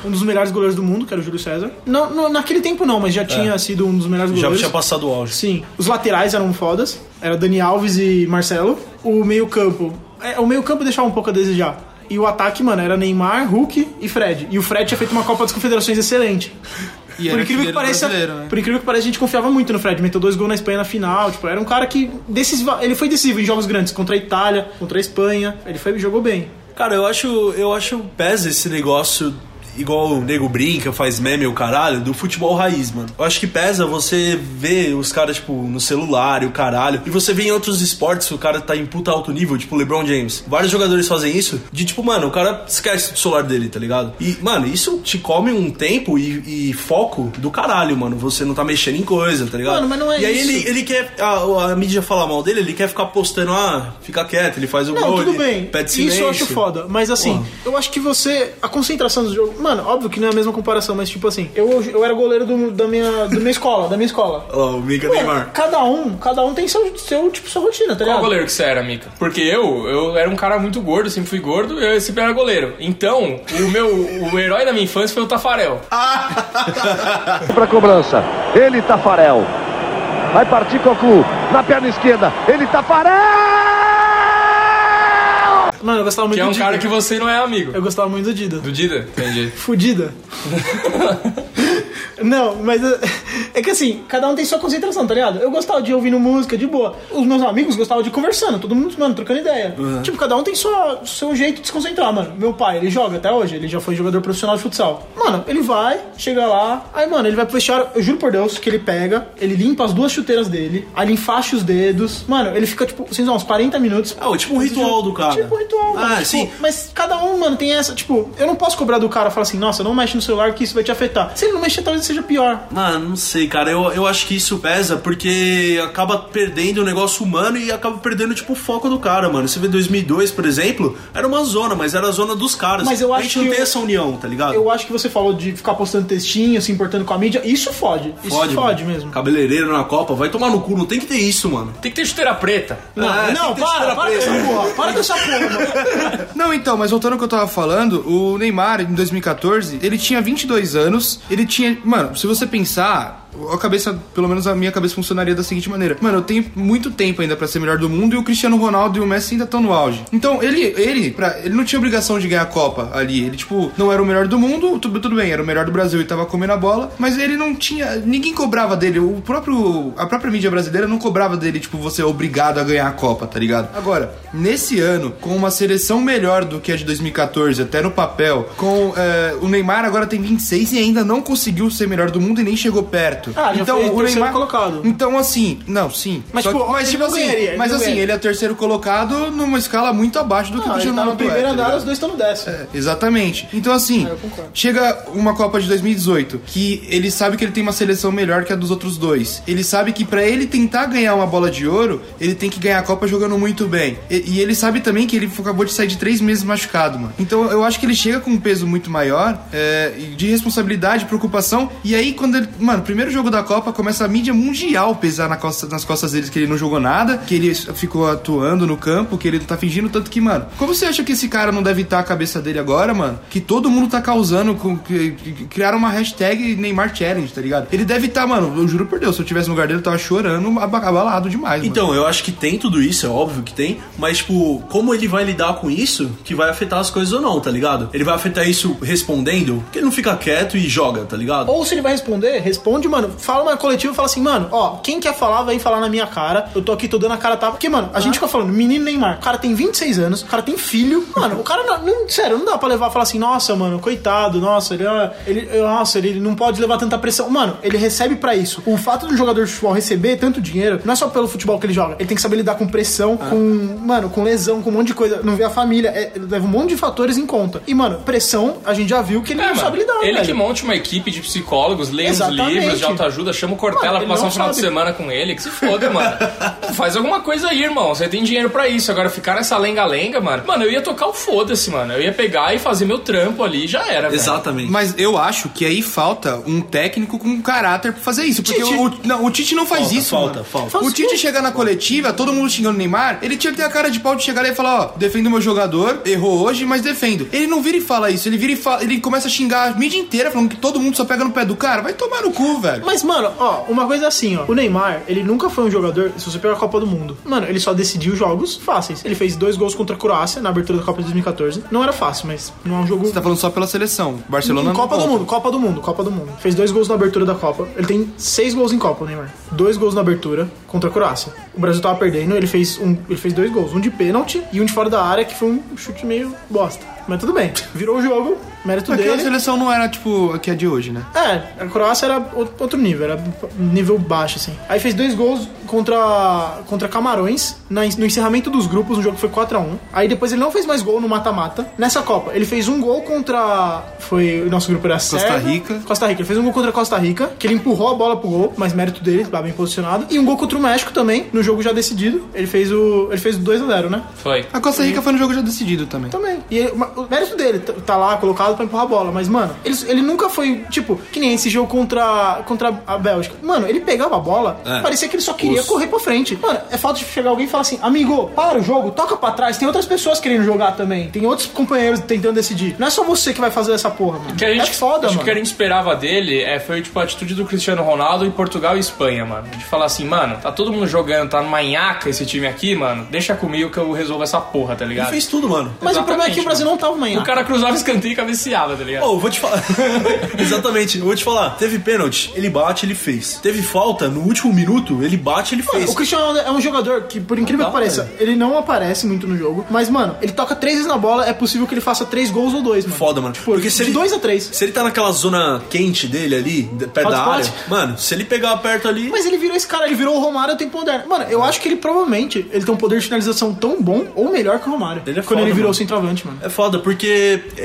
D: Um dos melhores goleiros do mundo, que era o Júlio César. Não, não- naquele tempo não, mas já tinha sido um dos melhores
B: É. Já
D: goleiros.
B: tinha passado o auge.
D: Sim. Os laterais eram fodas. Era Dani Alves e Marcelo. O meio-campo. é, o meio-campo deixava um pouco a desejar. E o ataque, mano, era Neymar, Hulk e Fred. E o Fred tinha feito uma Copa das Confederações excelente.
A: E
D: por,
A: era
D: incrível que
A: artilheiro
D: pareça,
A: brasileiro, né?
D: por incrível que pareça, a gente confiava muito no Fred. Meteu dois gols na Espanha na final. Tipo, era um cara que. Decisiva, ele foi decisivo em jogos grandes, contra a Itália, contra a Espanha. Ele foi, jogou bem.
B: Cara, eu acho, eu acho pesa esse negócio igual o nego brinca, faz meme o caralho, do futebol raiz, mano. Eu acho que pesa você ver os caras, tipo, no celular e o caralho. E você vê em outros esportes o cara tá em puta alto nível, tipo LeBron James. Vários jogadores fazem isso, de tipo, mano, o cara esquece do celular dele, tá ligado? E, mano, isso te come um tempo e, e foco do caralho, mano. Você não tá mexendo em coisa, tá ligado?
D: Mano, mas não é
B: E aí
D: isso.
B: ele, ele quer, a, a mídia fala mal dele, ele quer ficar postando, ah, fica quieto, ele faz o
D: Não,
B: gol,
D: tudo
B: ele
D: bem.
B: pede
D: Isso eu acho
B: silêncio.
D: foda. Mas assim, eu acho que você. A concentração do jogo. Mano, óbvio que não é a mesma comparação, mas tipo assim, eu, eu era goleiro do, da, minha, da minha escola, da minha escola.
B: Ó, o Mika Neymar.
D: Cada um, cada um tem seu, seu tipo sua rotina, tá
C: Qual
D: ligado?
C: goleiro que você era, Mica? Porque eu, eu era um cara muito gordo, sempre fui gordo, eu sempre era goleiro. Então, o meu, o herói da minha infância foi o Tafarel.
D: Ah,
I: Pra cobrança. Ele Tafarel. Vai partir Cocu. Na perna esquerda. Ele Tafarel!
D: Mano, eu gostava muito
C: Que é
D: do
C: um
D: Dida.
C: cara que você não é amigo.
D: Eu gostava muito do Dida.
C: Do Dida? Entendi.
D: Fudida. não, mas. eh, É que assim, cada um tem sua concentração, tá ligado? Eu gostava de ouvindo música, de boa. Os meus amigos gostavam de conversando, todo mundo, mano, trocando ideia.
B: Uhum.
D: Tipo, cada um tem sua, seu jeito de se concentrar, mano. Meu pai, ele joga até hoje, ele já foi jogador profissional de futsal. Mano, ele vai, chega lá, aí, mano, ele vai pro vestiário, eu juro por Deus, que ele pega, ele limpa as duas chuteiras dele, aí ele enfaixa os dedos. Mano, ele fica, tipo, sei lá, uns 40 minutos.
B: Ah, tipo um ritual do cara.
D: Tipo um ritual,
B: Ah,
D: mano. Tipo,
B: sim.
D: Mas cada um, mano, tem essa, tipo, eu não posso cobrar do cara e falar assim, nossa, não mexe no celular que isso vai te afetar. Se ele não mexer, talvez seja pior.
B: Mano, não sei, cara. Eu, eu acho que isso pesa porque acaba perdendo o negócio humano e acaba perdendo, tipo, o foco do cara, mano. Você vê 2002, por exemplo, era uma zona, mas era a zona dos caras.
D: Mas eu
B: a
D: acho
B: gente não
D: que
B: tem
D: eu-
B: essa união, tá ligado?
D: Eu acho que você falou de ficar postando textinho, se importando com a mídia. Isso fode. Isso fode,
B: mano.
D: mesmo.
B: Cabeleireiro na Copa, vai tomar no cu, não tem que ter isso, mano.
C: Tem que ter chuteira preta.
D: Não,
B: Ah,
D: não,
B: tem que ter
D: para,
B: chuteira
D: para com
B: presa.
D: essa porra. Para com essa porra, mano.
A: Não, então, mas voltando ao que eu tava falando, o Neymar, em 2014, ele tinha 22 anos, ele tinha... Mano, se você pensar, a cabeça, pelo menos a minha cabeça funcionaria da seguinte maneira. Mano, eu tenho muito tempo ainda pra ser melhor do mundo e o Cristiano Ronaldo e o Messi ainda estão no auge. Então, ele ele, pra, ele não tinha obrigação de ganhar a Copa ali. Ele, tipo, não era o melhor do mundo, tudo, tudo bem, era o melhor do Brasil e tava comendo a bola, mas ele não tinha... Ninguém cobrava dele, o próprio... A própria mídia brasileira não cobrava dele, tipo, você é obrigado a ganhar a Copa, tá ligado? Agora, nesse ano, com uma seleção melhor do que a de 2014, até no papel, com eh, o Neymar agora tem 26 e ainda não conseguiu ser melhor do mundo e nem chegou perto.
D: Ah, já foi terceiro colocado.
A: Então, assim, não, sim.
D: Mas,
A: Só que-
D: tipo, ele não
A: assim,
D: ganharia, ele
A: mas
D: não
A: assim,
D: ganha.
A: ele é terceiro colocado numa escala muito abaixo do que o
D: Ah, ele
A: Cristiano
D: tá no
A: Ronaldo. é,
D: primeiro
A: tá
D: andar,
A: ligado?
D: os dois estão no décimo.
A: Exatamente. Então, assim,
D: Ah, eu concordo.
A: chega uma Copa de 2018 que ele sabe que ele tem uma seleção melhor que a dos outros dois. Ele sabe que pra ele tentar ganhar uma bola de ouro, ele tem que ganhar a Copa jogando muito bem. E, e ele sabe também que ele acabou de sair de três meses machucado, mano. Então, eu acho que ele chega com um peso muito maior é, de responsabilidade, preocupação. E aí, quando ele. Mano, primeiro jogo da Copa, começa a mídia mundial pesar na costa- nas costas deles que ele não jogou nada, que ele ficou atuando no campo, que ele não tá fingindo. Tanto que, mano, como você acha que esse cara não deve estar a cabeça dele agora, mano? Que todo mundo tá causando. Com, que- que- criaram uma hashtag Neymar Challenge, tá ligado? Ele deve estar, mano, eu juro por Deus, se eu tivesse no lugar dele, eu tava chorando, aba- abalado demais, mano.
B: Então, eu acho que tem tudo isso, é óbvio que tem, mas, tipo, como ele vai lidar com isso, que vai afetar as coisas ou não, tá ligado? Ele vai afetar isso respondendo, porque ele não fica quieto e joga, tá ligado?
D: Ou se ele vai responder, responde, mano. Fala uma coletiva e fala assim, mano, ó, quem quer falar, vem falar na minha cara. Eu tô aqui, tô dando a cara tapa. Porque, mano, a gente
C: Ah.
D: fica falando, menino Neymar, o cara tem 26 anos, o cara tem filho. Mano, o cara não, não- Sério, não dá pra levar e falar assim, nossa, mano, coitado, nossa, ele, é- ele- nossa, ele não pode levar tanta pressão. Mano, ele recebe pra isso. O fato do jogador de futebol receber tanto dinheiro, não é só pelo futebol que ele joga. Ele tem que saber lidar com pressão,
C: Ah.
D: com, mano, com lesão, com um monte de coisa. Não vê a família, é- ele leva um monte de fatores em conta. E, mano, pressão, a gente já viu que ele
C: É,
D: não sabe
C: mano,
D: lidar,
C: ele
D: velho.
C: que monte uma equipe de psicólogos, lê uns
D: Exatamente.
C: livros de autoajuda, chama o Cortella
D: Mano,
C: pra
D: ele
C: passar
D: não
C: um final de
D: sabe.
C: semana com ele, que se foda, mano. Faz alguma coisa aí, irmão. Você tem dinheiro pra isso. Agora ficar nessa lenga-lenga, mano. Mano, eu ia tocar o foda-se, mano. Eu ia pegar e fazer meu trampo ali e já era, velho.
B: Exatamente.
A: Mas eu acho que aí falta um técnico com caráter pra fazer isso. Porque
D: Tite.
A: O, o- não, o Tite não faz
B: Falta,
A: isso.
B: falta,
A: mano.
B: falta.
A: O Tite chegar na coletiva, todo mundo xingando o Neymar, ele tinha que ter a cara de pau de chegar lá e falar: ó, defendo meu jogador, errou hoje, mas defendo. Ele não vira e fala isso, ele vira e fala, ele começa a xingar a mídia inteira, falando que todo mundo só pega no pé do cara. Vai tomar no cu, velho.
D: Mas, mano, ó, uma coisa assim, ó. O Neymar, ele nunca foi um jogador, se você pegar a Copa do Mundo. Mano, ele só decidiu jogos fáceis. Ele fez dois gols contra a Croácia na abertura da Copa de 2014. Não era fácil, mas não é um jogo.
A: Você tá falando só pela seleção. Barcelona
D: Em
A: não
D: Copa do
A: conta.
D: Mundo, Copa do Mundo, Copa do Mundo. Fez dois gols na abertura da Copa. Ele tem seis gols em Copa, o Neymar. Dois gols na abertura contra a Croácia. O Brasil tava perdendo, ele fez, um, ele fez dois gols. Um de pênalti e um de fora da área, que foi um chute meio bosta. Mas tudo bem. Virou o jogo, mérito
A: Aquela
D: dele.
A: seleção não era tipo a que é de hoje, né?
D: É, a Croácia era o- outro nível, era um nível baixo, assim. Aí fez dois gols contra, contra Camarões na en- no encerramento dos grupos, no jogo que foi 4x1. Aí depois ele não fez mais gol no mata-mata. Nessa Copa, ele fez um gol contra. Foi o nosso grupo era Costa
A: Rica.
D: Costa Rica. Ele fez um gol contra Costa Rica, que ele empurrou a bola pro gol, mas mérito dele, lá bem posicionado. E um gol contra o México também, no jogo já decidido. Ele fez o. Ele fez o 2x0, né?
C: Foi.
A: A Costa Rica foi no jogo já decidido também.
D: Também. E ele- ma- o mérito dele t- tá lá colocado pra empurrar a bola. Mas, mano, ele, ele nunca foi, tipo, que nem esse jogo contra, contra a Bélgica. Mano, ele pegava a bola,
B: É.
D: parecia que ele só queria
B: Os-
D: correr pra frente. Mano, é falta de chegar alguém e falar assim: amigo, para o jogo, toca pra trás. Tem outras pessoas querendo jogar também. Tem outros companheiros tentando decidir. Não é só você que vai fazer essa porra, mano.
C: O que a gente,
D: é foda,
C: acho que
D: mano.
C: O que a gente esperava dele é, foi tipo a atitude do Cristiano Ronaldo em Portugal e Espanha, mano. De falar assim, mano, tá todo mundo jogando, tá numa nhaca esse time aqui, mano. Deixa comigo que eu resolvo essa porra, tá
B: Ele
C: ligado?
B: fez tudo, mano.
D: Mas o problema é
C: Exatamente,
D: que o Brasil
C: mano.
D: não tá acertava o manhã.
C: O cara cruzava o escanteio e cabeceava, tá ligado?
B: Ô, eu vou te falar. Exatamente, eu vou te falar. Teve pênalti, ele bate, ele fez. Teve falta, no último minuto, ele bate, ele fez.
D: O Cristiano Ronaldo é um jogador que, por incrível que pareça, ele não aparece muito no jogo. Mas, mano, ele toca três vezes na bola, é possível que ele faça três gols ou dois, mano.
B: Foda, mano. Porque se
D: Tipo, de
B: ele,
D: dois a três.
B: Se ele tá naquela zona quente dele ali, de- perto da área,
D: Hotspot.
B: mano, se ele pegar perto ali.
D: Mas ele virou esse cara, ele virou o Romário do tempo moderno. Mano, eu acho que ele provavelmente ele tem um poder de finalização tão bom ou melhor que o Romário.
B: Ele é
D: quando
B: foda,
D: ele virou
B: mano.
D: o centroavante, mano.
B: É foda, porque. E,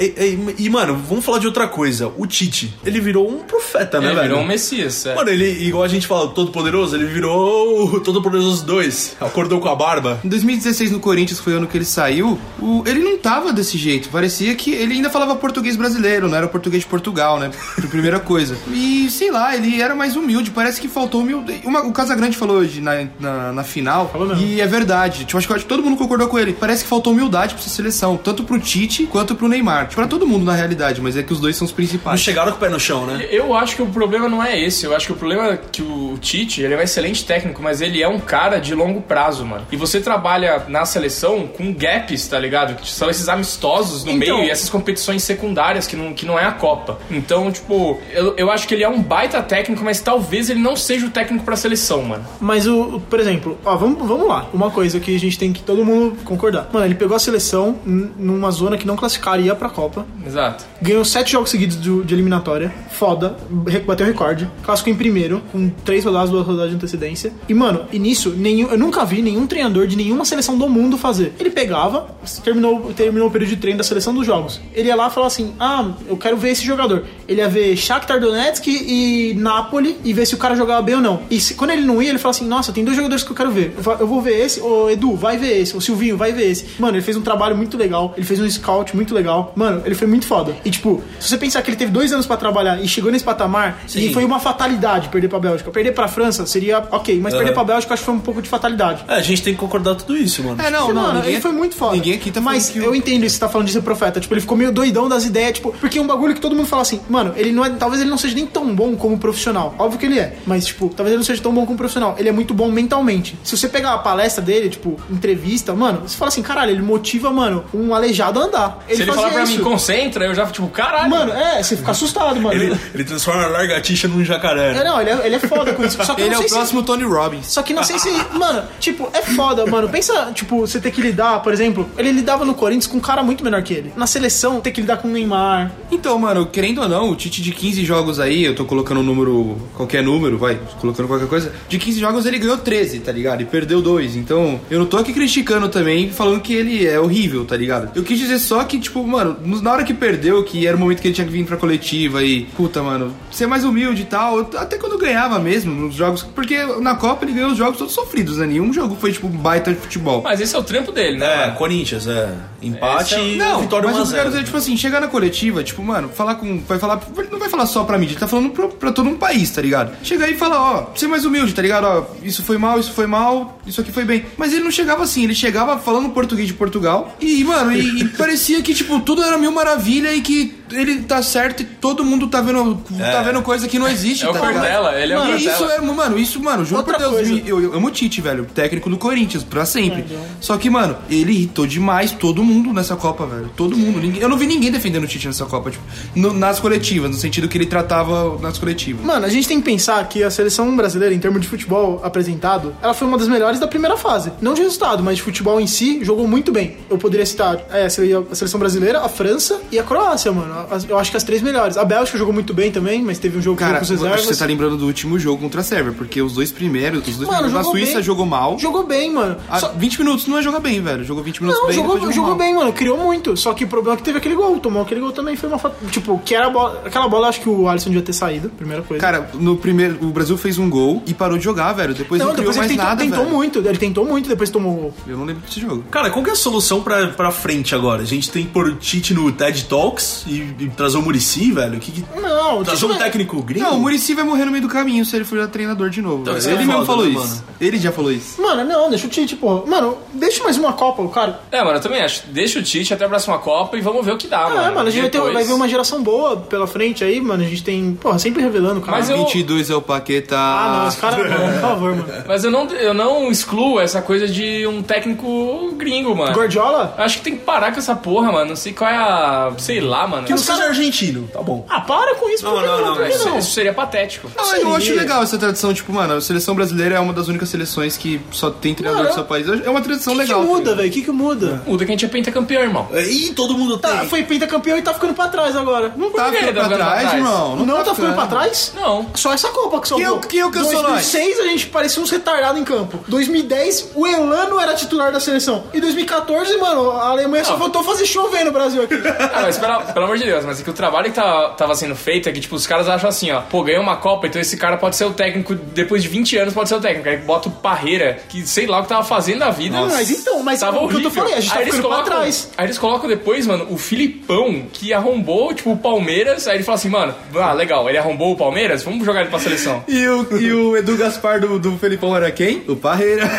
B: e- e, mano, vamos falar de outra coisa. O Tite, ele virou um profeta, né,
C: Ele
B: velho?
C: virou um Messias. é.
B: Mano, ele, igual a gente fala, Todo Poderoso, ele virou o Todo Poderoso 2. Acordou com a barba.
A: Em 2016, no Corinthians, foi o ano que ele saiu, o- ele não tava desse jeito. Parecia que ele ainda falava português brasileiro, não era português de Portugal, né? Pr- Primeira coisa. E, sei lá, ele era mais humilde, parece que faltou humildade. Uma, o Casagrande falou hoje na, na, na final, e é verdade. Tipo, acho que acho que todo mundo concordou com ele. Parece que faltou humildade pra essa seleção, tanto pro Tite quanto pro Neymar. Tipo, pra todo mundo, na realidade, mas é que os dois são os
B: Não
A: principais.
B: chegaram com o pé no chão, né?
C: Eu acho que o problema não é esse. Eu acho que o problema é que o Tite, ele é um excelente técnico, mas ele é um cara de longo prazo, mano. E você trabalha na seleção com gaps, tá ligado? Que são esses amistosos no
D: Então-
C: meio e essas competições secundárias que não, que não é a Copa. Então, tipo, eu, eu acho que ele é um baita técnico, mas talvez ele não seja o técnico pra seleção, mano.
D: Mas o, o- por exemplo, ó, vamos, vamos lá. Uma coisa que a gente tem que todo mundo concordar. Mano, ele pegou a seleção n- numa zona que não classificaria pra Copa.
C: Exato.
D: Ganhou sete jogos seguidos do- de eliminatória. Foda. re- Bateu o recorde. Classificou em primeiro, com três rodadas, duas rodadas de antecedência. E, mano, e nisso, nenhum, eu nunca vi nenhum treinador de nenhuma seleção do mundo fazer. Ele pegava, terminou, terminou o período de treino da seleção dos jogos. Ele ia lá e falava assim: Ah, eu quero ver esse jogador. Ele ia ver Shakhtar Donetsk e Napoli e ver se o cara jogava bem ou não. E se- quando ele não ia, ele falava assim: Nossa, tem dois jogadores que eu quero ver. Eu va- Eu vou ver esse, ô Edu, vai ver esse, ô Silvinho, vai ver esse. Mano, ele fez um trabalho muito legal, ele fez um scout muito legal. Mano, ele foi muito foda. E tipo, se você pensar que ele teve dois anos pra trabalhar e chegou nesse patamar, e foi uma fatalidade perder pra Bélgica. Perder pra França seria ok, mas perder pra Bélgica eu acho que foi um pouco de fatalidade.
B: É, a gente tem que concordar tudo isso, mano.
A: É, não,
D: Porque,
A: não,
D: mano,
A: ninguém-
D: ele foi muito foda.
A: Ninguém aqui tá falando
D: Mas
A: que o-
D: eu entendo isso que você tá falando de ser profeta. Tipo, ele ficou meio doidão das ideias, tipo, porque é um bagulho que todo mundo fala assim, mano, ele não é. Talvez ele não seja nem tão bom como profissional. Óbvio que ele é. Mas, tipo, talvez ele não seja tão bom como profissional. Ele é muito bom mentalmente. Se você pegar a palestra dele, tipo, entrevista, mano, você fala assim, caralho, ele motiva, mano, um aleijado a andar. Ele
C: Se ele
D: fazia
C: falar pra
D: isso.
C: mim, concentra, eu já fico, tipo, caralho.
D: Mano, é, você fica assustado, mano.
B: Ele, ele transforma a largatixa num jacaré. né?
D: É, não, ele é, ele é foda com isso. Só que eu
A: Ele
D: não
A: é
D: sei
A: o
D: se-
A: próximo Tony Robbins.
D: Só que não sei se. Mano, tipo, é foda, mano. Pensa, tipo, você ter que lidar, por exemplo, ele lidava no Corinthians com um cara muito menor que ele. Na seleção, ter que lidar com o Neymar.
A: Então, mano, querendo ou não, o Tite de 15 jogos aí, eu tô colocando um número, qualquer número, vai, colocando qualquer coisa. De 15 jogos ele ganhou 13, tá ligado? E perdeu dois. Então, eu não tô aqui criticando também, falando que ele é horrível, tá ligado? Eu quis dizer só que, tipo, mano, no- na hora que perdeu, que era o momento que ele tinha que vir pra coletiva e, puta, mano, ser mais humilde e tal. eu- até quando eu ganhava mesmo nos jogos, porque na Copa ele ganhou os jogos todos sofridos, né? Nenhum jogo foi, tipo, baita de futebol.
C: Mas esse é o trampo dele, né?
B: É,
C: mano?
B: Corinthians, é. Empate
C: Esse é-
B: e
A: Não,
B: vitória
A: mas eu quero dizer,
B: 1x0.
A: tipo assim, chegar na coletiva, tipo, mano, falar com. Vai falar. Ele não vai falar só pra mídia, ele tá falando pra, pra todo um país, tá ligado? Chega aí e fala, ó, ser mais humilde, tá ligado? Ó, isso foi mal, isso foi mal, isso aqui foi bem. Mas ele não chegava assim, ele chegava falando português de Portugal e, mano, e, e parecia que, tipo, tudo era mil maravilha e que ele tá certo e todo mundo tá vendo,
B: É.
A: tá vendo coisa que não existe,
C: É o
A: tá ligado?
C: Cortella, ele é o
A: Mano,
C: Cortella.
A: Isso é, mano, isso, mano, juro
D: Outra
A: por Deus,
D: coisa.
A: me- eu, eu amo o Tite, velho, técnico do Corinthians, pra sempre. Só que, mano, ele irritou demais todo mundo nessa Copa, velho. Todo mundo. Ninguém- eu não vi ninguém defendendo o Tite nessa Copa, tipo, no- nas coletivas, no sentido que ele tratava nas coletivas.
D: Mano, a gente tem que pensar que a seleção brasileira, em termos de futebol apresentado, ela foi uma das melhores da primeira fase. Não de resultado, mas de futebol em si, jogou muito bem. Eu poderia citar é, a sele- a seleção brasileira, a França e a Croácia, mano. As- Eu acho que as três melhores. A Bélgica jogou muito bem também, mas teve um jogo
A: Cara,
D: com os
A: acho que
D: reservas.
A: você tá lembrando do último jogo contra a Sérvia, porque os dois primeiros, os dois
D: Mano,
A: primeiros, a
D: jogou
A: Suíça
D: bem.
A: jogou mal.
D: Jogou bem, mano.
A: Ah,
D: Só-
A: 20 minutos não é jogar bem, velho. Jogou 20 minutos
D: Não,
A: bem.
D: jogou,
A: depois um
D: jogou
A: mal.
D: bem, mano. Criou muito. Só que o problema é que teve aquele gol. Tomou aquele gol também. Foi uma fa- Tipo, que era a bola. Aquela bola acho que o Alisson devia ter saído, primeira coisa.
A: Cara, no primeiro, o Brasil fez um gol e parou de jogar, velho. Depois não,
D: não,
A: criou
D: depois
A: mais
D: ele tentou,
A: nada,
D: tentou
A: velho.
D: muito. Ele tentou muito, depois tomou o gol.
A: Eu não lembro desse jogo.
B: Cara, qual que é a solução pra, pra frente agora? A gente tem que pôr o Tite no TED Talks e de trazer o Murici, velho? Que, que...
D: Não, o
B: Trazer um
D: Tite vai-
B: técnico gringo?
A: Não, o Murici vai morrer no meio do caminho se ele for treinador de novo.
B: Então,
A: velho.
B: isso é
A: ele mesmo
B: foda,
A: falou
B: né,
A: isso.
B: mano?
A: Ele já falou isso.
D: Mano, não, deixa o Tite, porra. Mano, deixa mais uma Copa, o cara.
C: É, mano, eu também acho. Deixa o Tite até a próxima Copa e vamos ver o que dá, mano.
D: Ah, mano, a gente vai, ter,
C: Depois-
D: vai ver uma geração boa pela frente aí, mano. A gente tem. Porra, sempre revelando, cara.
C: Mas eu-
A: 22 é o Paquetá.
D: Ah, não, esse cara. Mano, por favor, mano.
C: Mas eu não, eu não excluo essa coisa de um técnico gringo, mano.
D: Guardiola?
C: Acho que tem que parar com essa porra, mano. Não sei qual é a. Sei lá, mano.
A: é
B: Que não seja argentino, tá bom.
D: Ah, para com isso,
B: Não,
D: por que
B: não, não,
D: por que
C: Isso, isso seria patético.
A: Ah, eu acho legal essa tradição, tipo, mano, a seleção brasileira é uma das únicas seleções que só tem treinador
D: Mano,
A: do seu país. É uma tradição
D: O que, que
A: legal.
D: muda, velho? O que, que muda?
C: Muda que a gente é pentacampeão, irmão.
B: Ih, todo mundo tem.
D: Tá, foi pentacampeão e tá ficando pra trás agora. Não,
A: Tá
C: Por que
A: ficando
C: tá
A: pra
C: ficando pra
A: trás,
C: trás?
A: irmão.
D: não, tá ficando pra trás? É
C: Não.
D: Só essa Copa que salvou.
A: Quem é o- quem é o cancelante?
D: 2006 a gente parecia uns retardados em campo. 2010 o Elano era titular da seleção. E 2014, mano, a Alemanha só
C: Não.
D: faltou fazer chover no Brasil aqui.
C: Ah, mas pela- pelo amor de Deus, mas é que o trabalho que tá- tava sendo feito é que, tipo, os caras acham assim, ó, pô, ganhou uma Copa, então esse cara pode ser o técnico, depois de 20 anos pode ser o técnico. Aí bota o Parreira, que sei lá o que tava fazendo na vida.
D: Nossa. Mas então, mas
C: tava
D: é o que eu tô
C: horrível.
D: falando, a gente tá
C: aí eles
D: ficando pra
C: colocam,
D: trás.
C: Aí eles colocam depois, mano, o Filipão, que arrombou, tipo, o Palmeiras. Aí ele fala assim, mano, ah, legal, ele arrombou o Palmeiras, vamos jogar ele pra seleção.
A: E o, e o Edu Gaspar do, do Felipão era quem? O Parreira.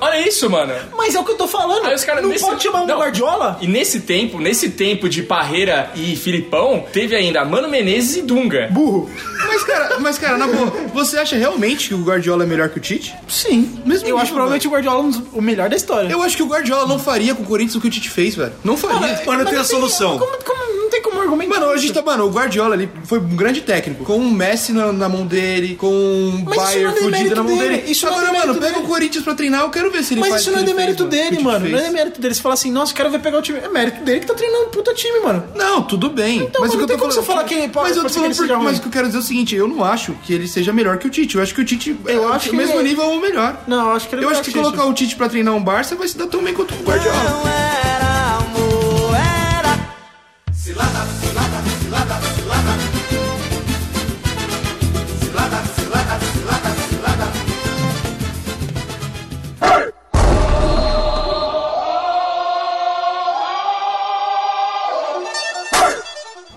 C: Olha isso, mano.
D: Mas é o que eu tô falando.
C: Aí os caras
D: não
C: nesse-
D: pode chamar um
C: não.
D: Guardiola?
C: E nesse tempo, nesse tempo de Parreira e Filipão, teve ainda Mano Menezes e Dunga.
D: Burro.
A: mas, cara, mas, cara, na boa, você acha realmente que o Guardiola é melhor que o Tite?
D: Sim.
A: Mesmo
D: eu
A: nível,
D: acho provavelmente o Guardiola um dos- o melhor da história.
A: Eu acho que o Guardiola não faria com o Corinthians o que o Tite fez, velho. Não faria.
B: Mano, eu tenho a solução.
D: Como, como- não tem como argumentar.
A: Mano, a gente tá, mano, o Guardiola ali foi um grande técnico. Com o Messi na, na mão dele, com o
D: Mas isso não
A: Bayern
D: é demérito
A: fudido na mão dele.
D: dele, isso não é
A: Agora, mano,
D: demérito
A: pega
D: dele.
A: o Corinthians pra treinar, eu quero ver se ele
D: Mas
A: faz
D: isso
A: o que
D: não é
A: ele
D: demérito
A: fez,
D: dele,
A: o que o Tite
D: mano. Não é
A: fez.
D: demérito dele. Você fala assim, nossa, quero ver pegar o time. É mérito dele que tá treinando um puta time, mano.
A: Não, tudo bem.
D: Então,
A: mas o
D: mano,
A: que
D: não tem
A: eu tô
D: como você
A: falando,
D: falar que ele-
A: Mas eu
D: pode
A: tô
D: ser que ele
A: falando por...
D: seja ruim.
A: Mas o que eu quero dizer é o seguinte, eu não acho que ele seja melhor que o Tite. Eu acho que o Tite
D: Eu
A: é,
D: acho
A: o
D: que
A: mesmo
D: ele-
A: nível ou melhor.
D: Não, acho que ele
A: Eu
D: é
A: acho
D: melhor
A: que
D: o Tite.
A: colocar o Tite pra treinar um Barça vai se dar tão bem quanto o Guardiola.
E: Não era amor, era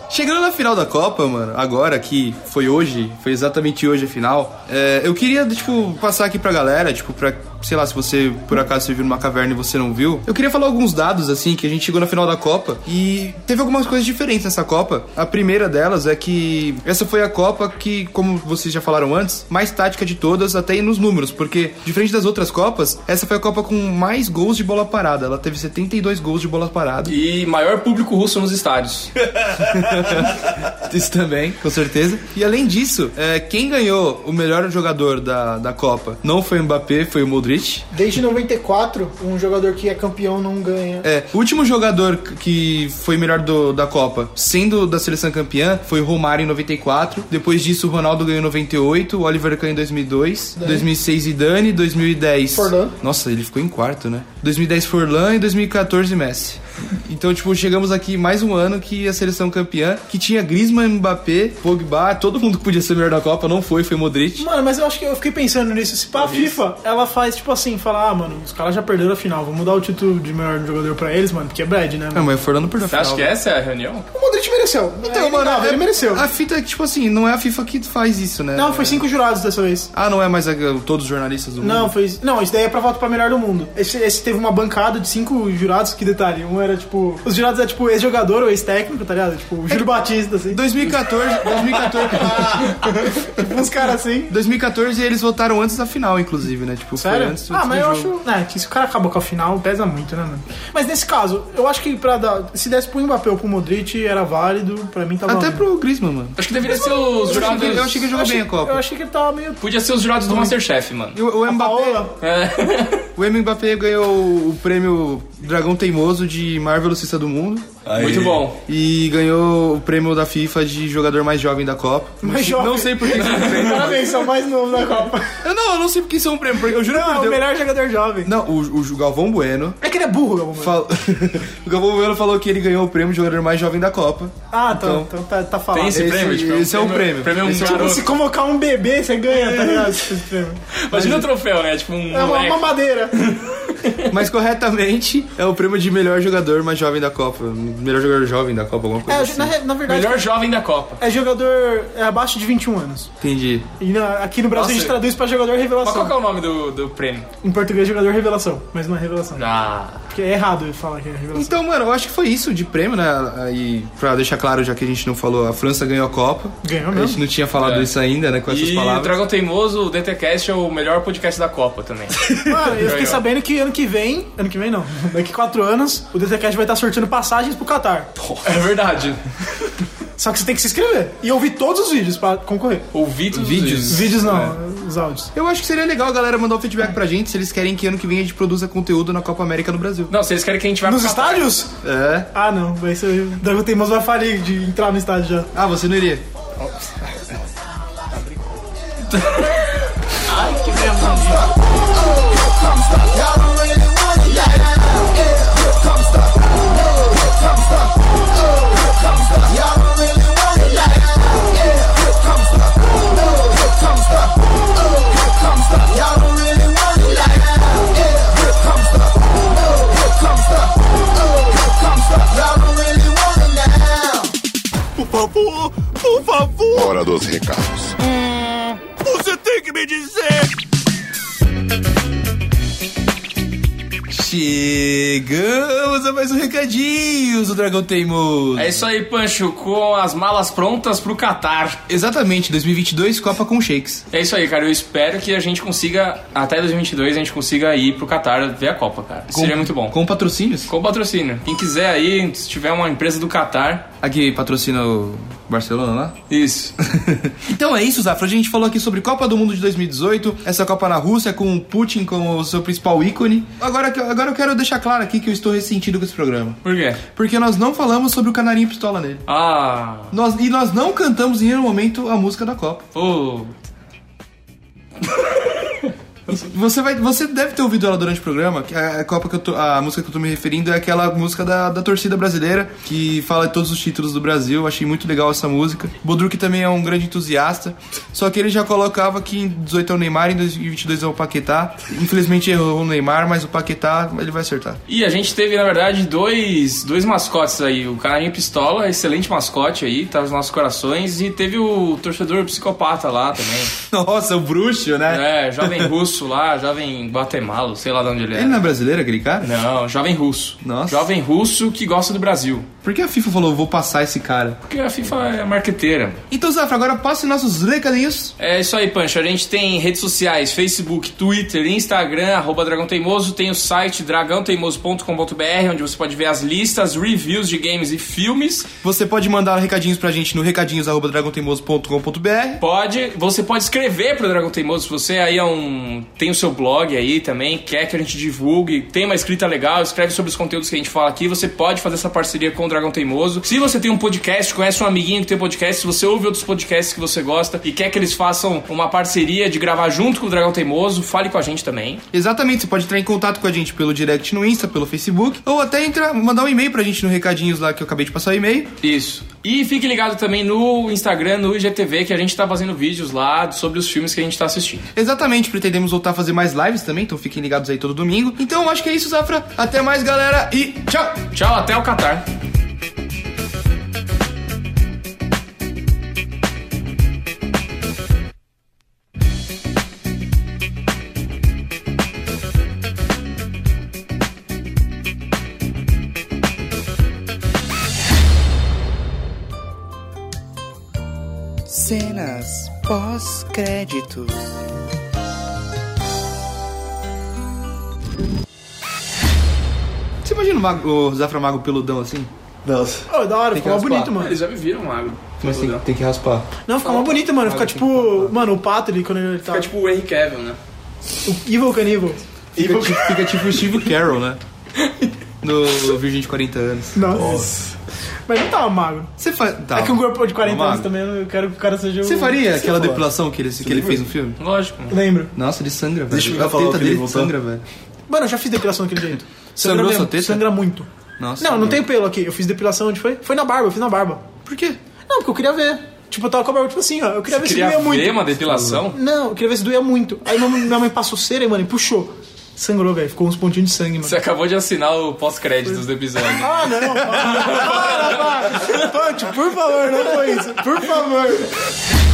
A: Chegando na final da Copa, mano, agora que foi hoje, foi exatamente hoje a final, é, eu queria, tipo, passar aqui pra galera, tipo, pra, sei lá, se você por acaso você viu numa caverna e você não viu, eu queria falar alguns dados, assim, que a gente chegou na final da Copa e teve algumas coisas diferentes nessa Copa. A primeira delas é que essa foi a Copa que, como vocês já falaram antes, mais tática de todas, até nos números, porque, diferente das outras Copas, essa foi a Copa com mais gols de bola parada. Ela teve 72 gols de bola parada.
C: E maior público russo nos estádios.
A: Isso também, com certeza. E além disso, é, quem ganhou o melhor jogador da, da Copa não foi o Mbappé, foi o Modric.
D: Desde 94, um jogador que é campeão não ganha.
A: É, o último jogador que foi melhor do- da Copa, sendo da seleção campeã, foi o Romário em 94. Depois disso, o Ronaldo ganhou em 98, o Oliver Kahn em 2002, 2006 Zidane, 2010...
D: Forlan.
A: Nossa, ele ficou em quarto, né? 2010 Forlan e 2014 Messi. Então, tipo, chegamos aqui mais um ano que a seleção campeã, que tinha Griezmann, Mbappé, Pogba, todo mundo que podia ser melhor da Copa, não foi, foi Modric.
D: Mano, mas eu acho que eu fiquei pensando nisso. Se pá, a FIFA, ela faz tipo assim, fala, ah, mano, os caras já perderam a final, vamos dar o título de melhor jogador pra eles, mano, porque é Brad, né?
A: Não,
D: mano?
A: mas o Forlan não perdeu a
C: Você
A: final. né?
C: acha que essa é a reunião?
D: O Modric mereceu. Então,
A: Então, mano,
D: ele
A: é-
D: mereceu.
A: A fita é que, tipo assim, não é a FIFA que faz isso, né?
D: Não, foi cinco jurados dessa vez.
A: Ah, não é mais a- todos os jornalistas do
D: Não,
A: mundo?
D: foi. Não, isso daí é pra voto pra melhor do mundo. Esse, esse teve uma bancada de cinco jurados, que detalhe. Um era tipo. Os jurados é tipo ex-jogador ou ex-técnico, tá ligado? Tipo, o Júlio Batista, assim.
A: 2014,
D: ah.
A: 2014,
D: Uns caras assim.
A: 2014 eles votaram antes da final, inclusive, né? Tipo,
D: Sério?
A: foi antes,
D: ah,
A: antes
D: mas
A: do
D: eu
A: jogo.
D: acho. É, que se o cara acabou com a final, pesa muito, né, mano? Mas nesse caso, eu acho que pra dar. Se desse pro Mbappé ou pro Modric, era válido. Pra mim tava.
A: Até pro Griezmann, mano.
C: Acho que deveria ser os
A: Eu achei
C: jurados.
A: que- eu achei que ele jogou bem a Copa. Tá
D: Eu achei que ele tava meio.
C: Podia ser os jurados do Masterchef, mano.
A: E O, o Mbappé,
D: Paola.
C: É.
A: o Mbappé ganhou o prêmio Dragão Teimoso de maior velocista do mundo.
C: Muito bom.
A: E ganhou o prêmio da FIFA de jogador mais jovem da Copa.
D: Mais jovem.
A: Não sei por que isso é um prêmio.
D: Parabéns, é o mais novo da Copa.
A: Eu não, eu não sei por que isso é um prêmio, porque eu juro
D: Não,
A: por
D: o
A: Deus.
D: melhor jogador jovem.
A: Não, o, o Galvão Bueno
D: É que ele é burro, meu amor.
A: Fal- o Galvão Bueno falou que ele ganhou o prêmio de jogador mais jovem da Copa.
D: Ah, então,
A: Então.
D: então tá, tá falado.
C: Tem esse,
A: Esse-
C: prêmio, tipo.
A: esse é um prêmio.
C: prêmio
A: Esse é um-
C: garoto.
D: Tipo, se convocar um
A: É.
D: bebê, você ganha, tá ligado? Esse prêmio.
C: Imagina o troféu, né? Tipo um.
D: É uma,
C: moleque.
D: uma madeira.
A: Mas corretamente é o prêmio de melhor jogador mais jovem da Copa. Melhor jogador jovem da Copa, alguma coisa
D: É,
A: assim.
D: na, re- na verdade,
C: Melhor jovem da Copa.
D: é jogador é abaixo de 21 anos.
A: Entendi.
D: E na- aqui no Brasil
C: Nossa.
D: a gente traduz pra jogador
C: Mas
D: revelação.
C: qual que é o nome do, do prêmio?
D: Em português, jogador revelação, mas não é revelação.
C: Ah.
D: Porque é errado falar que é revelação.
A: Então, mano, eu acho que foi isso de prêmio, né? E pra deixar claro, já que a gente não falou, a França ganhou a Copa.
D: Ganhou
A: A gente
D: mesmo.
A: não tinha falado
C: É.
A: isso ainda, né? Com essas
C: E o
A: palavras.
C: Dragão Teimoso, o DTCast é o melhor podcast da Copa também.
D: Mano, eu fiquei
C: Ganhou.
D: sabendo que ano que vem, ano que vem não, daqui quatro anos, o DTCast vai estar sorteando passagens pro Qatar.
C: é verdade.
D: Só que você tem que se inscrever e ouvir todos os vídeos pra concorrer.
C: Ouvi todos os
A: Vídeos.
D: Os
C: dias.
D: vídeos não,
A: É.
D: os áudios.
A: Eu acho que seria legal a galera mandar um feedback pra gente se eles querem que ano que vem a gente produza conteúdo na Copa América no Brasil.
C: Não, vocês querem que a gente vá
D: Nos
C: pro Qatar?
D: estádios?
A: É.
D: Ah, não, vai ser. O Dragon Teimoso vai falir de entrar no estádio já.
A: Ah, você não iria?
I: Hora dos recados.
A: Chegamos a mais um recadinhos do Dragão Teimoso.
C: É isso aí, Pancho, com as malas prontas pro Qatar.
A: Exatamente, 2022, Copa com Shakes.
C: É isso aí, cara. Eu espero que a gente consiga, até 2022, a gente consiga ir pro Qatar ver a Copa, cara. Seria muito bom.
A: Com patrocínios?
C: Com patrocínio. Quem quiser aí, se tiver uma empresa do Qatar,
A: Aqui patrocina o Barcelona lá.
C: isso.
A: então é isso, Zafra. A gente falou aqui sobre Copa do Mundo de 2018, essa Copa na Rússia com o Putin como o seu principal ícone. Agora, agora eu quero deixar claro aqui que eu estou ressentido com esse programa.
C: Por quê?
A: Porque nós não falamos sobre o Canarinho Pistola nele.
C: Ah.
A: Nós, e nós não cantamos em nenhum momento a música da Copa.
C: Pô.
A: Você, vai, você deve ter ouvido ela durante o programa. que é A, a Copa que eu tô, a música que eu tô me referindo é aquela música da, da torcida brasileira que fala todos os títulos do Brasil. Achei muito legal essa música. Bodruk também é um grande entusiasta. Só que ele já colocava que em 18 é o Neymar, em 2022 é o Paquetá. Infelizmente errou o Neymar, mas o Paquetá ele vai acertar.
C: E a gente teve, na verdade, dois, dois mascotes aí. O Canarinho Pistola, excelente mascote aí, tá nos nossos corações. E teve o torcedor psicopata lá também.
A: Nossa, o bruxo, né?
C: É, jovem russo lá, jovem guatemalo, sei lá de onde ele é.
A: Ele não é brasileiro, aquele cara?
C: Não, jovem russo.
A: Nossa.
C: Jovem russo que gosta do Brasil.
A: Por que a FIFA falou, vou passar esse cara?
C: Porque a FIFA é marqueteira.
A: Então, Zafra, agora passe nossos recadinhos.
C: É isso aí, Pancho. A gente tem redes sociais, Facebook, Twitter, Instagram, arroba Dragão Teimoso. Tem o site dragãoteimoso.com.br, onde você pode ver as listas, reviews de games e filmes.
A: Você pode mandar recadinhos pra gente no recadinhos.dragonteimoso.com.br
C: Pode, você pode escrever pro Dragão Teimoso, se você aí é um, tem o seu blog aí também, quer que a gente divulgue, tem uma escrita legal, escreve sobre os conteúdos que a gente fala aqui, você pode fazer essa parceria com o Dragão Teimoso. Se você tem um podcast, conhece um amiguinho que tem podcast, se você ouve outros podcasts que você gosta e quer que eles façam uma parceria de gravar junto com o Dragão Teimoso, fale com a gente também.
A: Exatamente, você pode entrar em contato com a gente pelo direct no Insta, pelo Facebook, ou até entrar, mandar um e-mail pra gente no recadinhos lá que eu acabei de passar o e-mail.
C: Isso. E fique ligado também no Instagram, no IGTV, que a gente tá fazendo vídeos lá sobre os filmes que a gente tá assistindo.
A: Exatamente, pretendemos voltar a fazer mais lives também, então fiquem ligados aí todo domingo. Então acho que é isso, Zafra. Até mais, galera, e tchau!
C: Tchau, até o Catar.
J: Cenas pós-créditos.
A: Você imagina o, Mago- o Zafra Mago peludão assim?
D: Ô, da hora, ficou mais
A: raspar.
D: bonito, mano.
C: Eles já me viram, Magro.
A: Mas assim? tem, tem que raspar.
D: Não, ficou mais bonito, mano. Fica tipo. Mano, o pato ali quando ele tá.
C: Fica tipo o Henry Cavill, né?
D: tipo Evil Cannibal.
A: Fica, tipo- fica tipo o Steve Carroll, né? No Virgem de 40 anos.
D: Nossa. Mas não tava magro.
A: Você faz. Tá.
D: É que um corpo de 40
A: Magro.
D: anos também, eu quero que o cara seja o.
A: Você faria aquela
D: falar.
A: depilação que ele, que ele fez no filme?
C: Lógico.
D: Lembro.
A: Nossa, ele sangra, velho.
B: Deixa eu
A: a
B: falar o
A: teta
B: que ele
A: dele
B: voltou.
A: sangra, velho.
D: Mano, eu já fiz depilação daquele jeito.
A: Sangrou
D: mesmo,
A: sua teta?
D: Sangra muito.
A: Nossa.
D: Não, não
A: mano.
D: tem pelo aqui. Eu fiz depilação onde foi? Foi na barba, eu fiz na barba.
A: Por quê?
D: Não, porque eu queria ver. Tipo, eu tava com a barba tipo assim, ó. Eu queria ver se
C: Queria
D: doía muito.
C: ver uma depilação?
D: Não, eu queria ver se doía muito. Aí minha mãe- minha mãe passou cera, mano, e puxou. Sangrou, velho. Ficou uns pontinhos de sangue, mano.
C: Você acabou de assinar o pós-créditos do episódio.
D: Ah, não! Para, para! Pancho, por favor, não foi isso. Por favor.